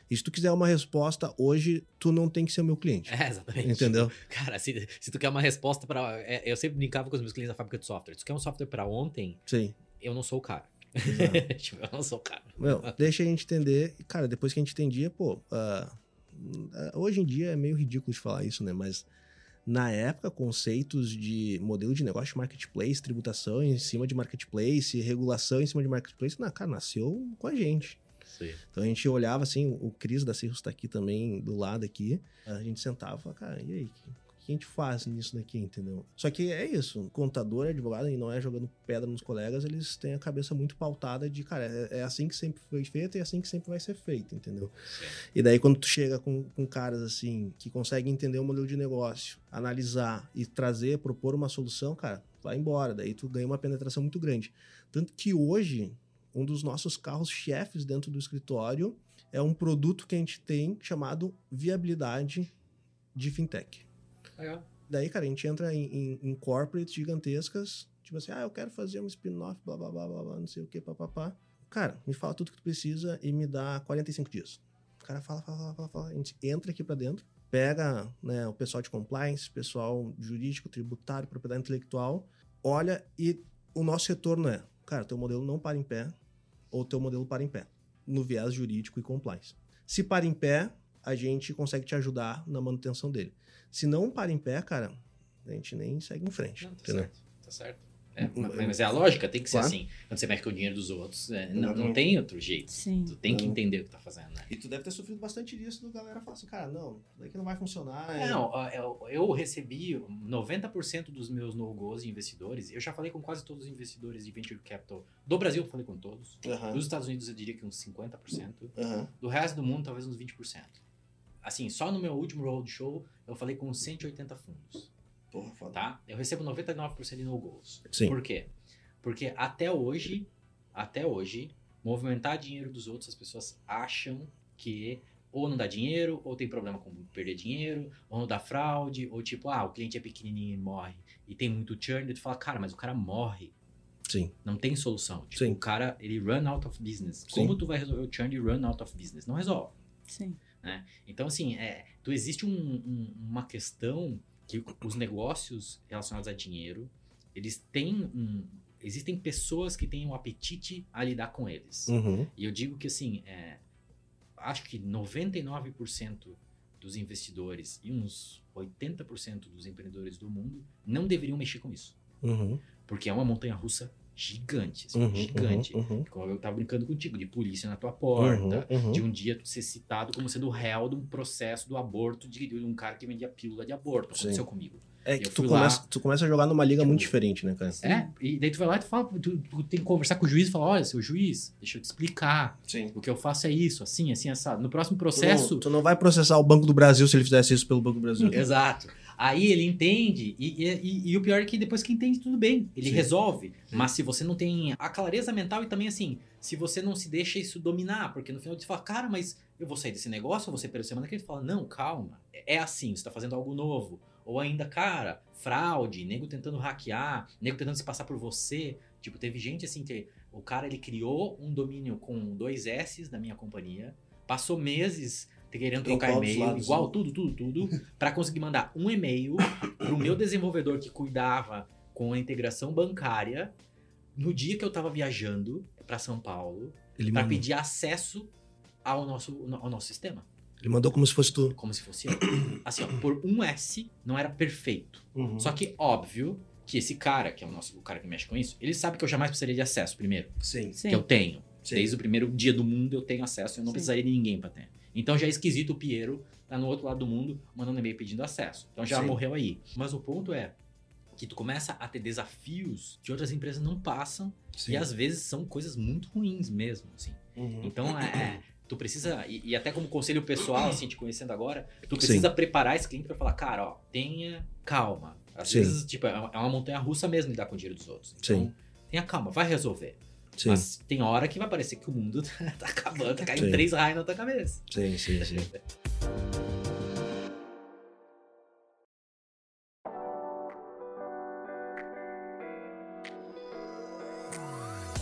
E se tu quiser uma resposta hoje, tu não tem que ser meu cliente.
É, exatamente.
Entendeu?
Cara, se, se tu quer uma resposta pra. é, eu sempre brincava com os meus clientes da fábrica de software. Se tu quer um software pra ontem,
Sim.
eu não sou o cara.
Exato.
tipo, eu não sou o cara.
Meu, deixa a gente entender. E, Cara, depois que a gente entendia, pô. ah, ah, hoje em dia é meio ridículo de falar isso, né? Mas na época, conceitos de modelo de negócio de marketplace, tributação em cima de marketplace, regulação em cima de marketplace, na cara, nasceu com a gente. Então a gente olhava assim, o Cris da Cirrus tá aqui também do lado aqui. A gente sentava, cara, e aí? O que- que a gente faz nisso daqui, entendeu? Só que é isso, contador, advogado, e não é jogando pedra nos colegas, eles têm a cabeça muito pautada de, cara, é, é assim que sempre foi feito e é assim que sempre vai ser feito, entendeu? E daí quando tu chega com, com caras assim, que conseguem entender o modelo de negócio, analisar e trazer, propor uma solução, cara, vai embora, daí tu ganha uma penetração muito grande. Tanto que hoje, um dos nossos carros chefes dentro do escritório é um produto que a gente tem chamado viabilidade de fintech.
Legal.
Daí, cara, a gente entra em, em, em corporates gigantescas, tipo assim, ah, eu quero fazer um spin-off, blá, blá, blá, blá, blá, não sei o que, papapá. Cara, me fala tudo que tu precisa e me dá 45 dias. O cara fala, fala, fala, fala, fala. A gente entra aqui pra dentro, pega né, o pessoal de compliance, pessoal jurídico, tributário, propriedade intelectual, olha e o nosso retorno é, cara, teu modelo não para em pé ou teu modelo para em pé, no viés jurídico e compliance. Se para em pé, a gente consegue te ajudar na manutenção dele. Se não para em pé, cara, a gente nem segue em frente.
Não, tá
entendeu? Hum,
certo. Tá certo. É, ma- mas, é a lógica, tem que ser
Claro.
assim. Quando você mexe com o dinheiro dos outros, é, não, não tem outro jeito.
Sim.
Tu tem que
Não.
entender o que tá fazendo, né?
E tu deve ter sofrido bastante disso do galera falar assim, cara, não, isso daqui não vai funcionar. é-
Não, ó, eu, eu recebi 90% dos meus no-go's de investidores. Eu já falei com quase todos os investidores de Venture Capital. Do Brasil, eu falei com todos.
Aham,
Dos Estados Unidos, eu diria que uns 50%.
aham.
Do resto do mundo, talvez uns 20%. Assim, só no meu último roadshow, eu falei com uns 180 fundos,
Porra, foda.
tá? Eu recebo 99% de no-goals.
Sim.
Por quê? Porque até hoje, até hoje, movimentar dinheiro dos outros, as pessoas acham que ou não dá dinheiro, ou tem problema com perder dinheiro, ou não dá fraude, ou tipo, ah, o cliente é pequenininho e morre. E tem muito churn, e tu fala, cara, mas o cara morre.
Sim.
Não tem solução. Tipo,
Sim.
o cara, ele run out of business.
Sim.
Como tu vai resolver o churn e run out of business? Não resolve.
Sim.
Então, assim, é, tu existe um- um- uma questão que os negócios relacionados a dinheiro, eles têm um. Existem pessoas que têm um apetite a lidar com eles.
Uhum.
E eu digo que, assim, é, acho que 99% dos investidores e uns 80% dos empreendedores do mundo não deveriam mexer com isso.
Uhum.
Porque é uma montanha russa gigante, assim,
uhum,
gigante.
Uhum.
Como eu tava brincando contigo, de polícia na tua porta,
Uhum. Uhum.
de um dia tu ser citado como sendo réu de um processo do aborto de, de um cara que vendia pílula de aborto. Aconteceu
Sim.
comigo.
É
eu
que tu
fui
começa,
lá,
tu começa a jogar numa liga
tipo,
muito diferente, né, cara?
É, e daí tu vai lá e tu fala, tu, tu tem que conversar com o juiz e falar, olha, seu juiz, deixa eu te explicar.
Sim.
O que eu faço é isso, assim, assim, assado. No próximo
Tu não,
processo...
tu não vai processar o Banco do Brasil se ele fizesse isso pelo Banco do Brasil.
Exato. Aí ele entende, e, e- e- e o pior é que depois que entende, tudo bem. Ele
Sim.
resolve. Mas se você não tem a clareza mental e também assim, se você não se deixa isso dominar, porque no final você fala, cara, mas eu vou sair desse negócio, eu vou ser pela semana que ele fala, não, calma, é é assim, você tá fazendo algo novo. Ou ainda, cara, fraude, nego tentando hackear, nego tentando se passar por você. Tipo, teve gente assim que o cara ele criou um domínio com dois S da minha companhia, passou meses querendo trocar
Igual dos
e-mail,
lados,
igual
né?
tudo, tudo, tudo, pra conseguir mandar um e-mail pro meu desenvolvedor que cuidava com a integração bancária no dia que eu tava viajando pra São Paulo
Ele,
pra
mandou,
pedir acesso ao nosso, ao nosso sistema,
ele mandou como se fosse tu.
como se fosse eu. Assim, ó, por um S não era perfeito.
Uhum.
Só que óbvio que esse cara, que é o nosso o cara que mexe com isso, ele sabe que eu jamais precisaria de acesso primeiro,
Sim.
Sim.
que eu tenho.
sim.
Desde o primeiro dia do mundo eu tenho acesso e eu não
Sim.
precisaria de ninguém pra ter. Então já é esquisito o Piero tá no outro lado do mundo mandando e-mail pedindo acesso. Então já
Sim.
morreu aí. Mas o ponto é que tu começa a ter desafios que outras empresas não passam
Sim.
e às vezes são coisas muito ruins mesmo, assim.
Uhum.
Então é, é, tu precisa e, e até como conselho pessoal, assim, te conhecendo agora, tu precisa preparar esse cliente pra falar, cara, ó, tenha calma. Às
Sim.
vezes, tipo, é uma é uma montanha russa mesmo lidar com o dinheiro dos outros. Então,
Sim.
tenha calma, vai resolver.
Sim.
Mas tem hora que vai parecer que o mundo tá, tá acabando, tá caindo
Sim.
três raios na tua cabeça.
Sim, sim, sim.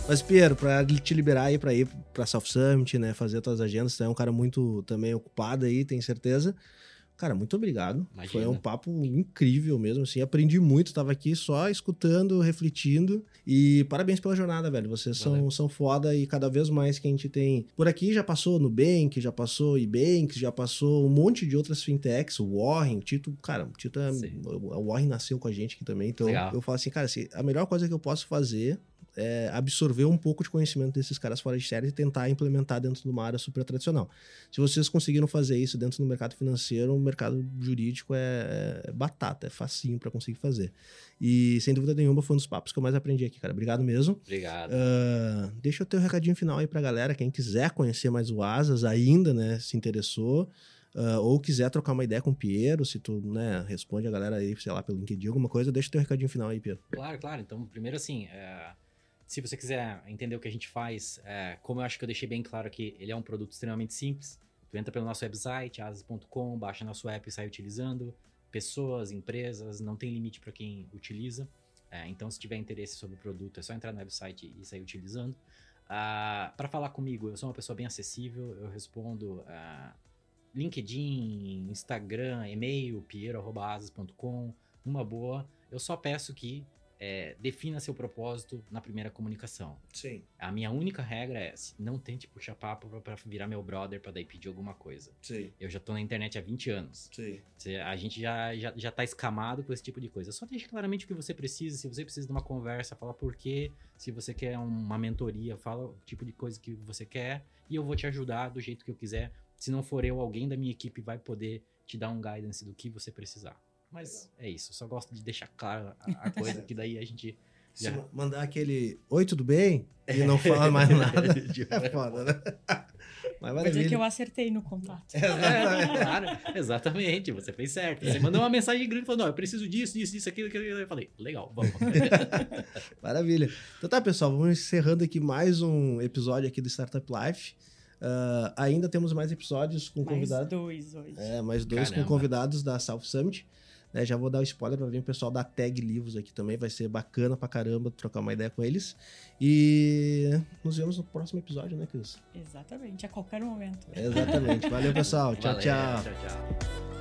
Mas, Piero, pra te liberar aí pra ir pra South Summit, né? Fazer tuas agendas, tu é um cara muito também ocupado aí, tenho certeza. Cara, muito obrigado.
Imagina.
Foi um papo incrível mesmo, assim. Aprendi muito, tava aqui só escutando, refletindo. E parabéns pela jornada, velho. Vocês são,
Valeu.
são foda e cada vez mais que a gente tem. Por aqui já passou Nubank, já passou Ebanks, já passou um monte de outras fintechs, o Warren, o Tito. Cara, o Tito é.
Sim.
O Warren nasceu com a gente aqui também, então
Legal.
eu falo assim, cara, se a melhor coisa que eu posso fazer é, absorver um pouco de conhecimento desses caras fora de série e tentar implementar dentro de uma área super tradicional. Se vocês conseguiram fazer isso dentro do mercado financeiro, o mercado jurídico é, é batata, é facinho para conseguir fazer. E sem dúvida nenhuma foi um dos papos que eu mais aprendi aqui, cara. Obrigado mesmo.
Obrigado.
Ah, deixa eu ter o recadinho final aí pra galera, quem quiser conhecer mais o Asas ainda, né, se interessou, ah, ou quiser trocar uma ideia com o Piero, se tu, né, responde a galera aí, sei lá, pelo LinkedIn, alguma coisa, deixa o teu recadinho final aí, Piero.
Claro, claro. Então, primeiro assim, é, se você quiser entender o que a gente faz, é, como eu acho que eu deixei bem claro aqui, ele é um produto extremamente simples. Tu entra pelo nosso website, asas.com, baixa nosso app e sai utilizando. Pessoas, empresas, não tem limite para quem utiliza. É, então, se tiver interesse sobre o produto, é só entrar no website e sair utilizando. para falar comigo, eu sou uma pessoa bem acessível, eu respondo ah, LinkedIn, Instagram, e-mail, piero.asas.com, numa boa. Eu só peço que é, defina seu propósito na primeira comunicação.
Sim.
A minha única regra é se não tente puxar papo pra- pra virar meu brother pra daí pedir alguma coisa.
Sim,
Eu já tô na internet há 20 anos.
sim.
Você- A gente já, já, já tá escamado com esse tipo de coisa. Só deixe claramente o que você precisa. Se você precisa de uma conversa, fala por quê. Se você quer uma mentoria, fala o tipo de coisa que você quer. E eu vou te ajudar do jeito que eu quiser. Se não for eu, alguém da minha equipe vai poder te dar um guidance do que você precisar. Mas é isso. Só gosto de deixar claro a, a coisa, que daí a gente.
Se
Já.
ma- mandar aquele oi, tudo bem? E não falar mais nada, é foda, né? Mas
Vou dizer é que eu
maravilha.
acertei no contato.
É, claro, exatamente, você fez certo. Você mandou uma mensagem grande falando: "Ó, eu preciso disso, disso, disso, aquilo, aquilo. aquilo." Eu falei: legal, vamos.
Maravilha. Então tá, pessoal, vamos encerrando aqui mais um episódio aqui do Startup Life. Ah, ainda temos mais episódios com
Mais
convidados.
dois hoje.
um É, mais dois
Caramba.
com convidados da South Summit. né? já vou dar o spoiler pra vir o pessoal da Tag Livros aqui também. Vai ser bacana pra caramba trocar uma ideia com eles. E nos vemos no próximo episódio, né, Cris?
Exatamente, a qualquer momento.
Exatamente. Valeu, pessoal. Tchau,
Valeu,
tchau.
tchau, tchau.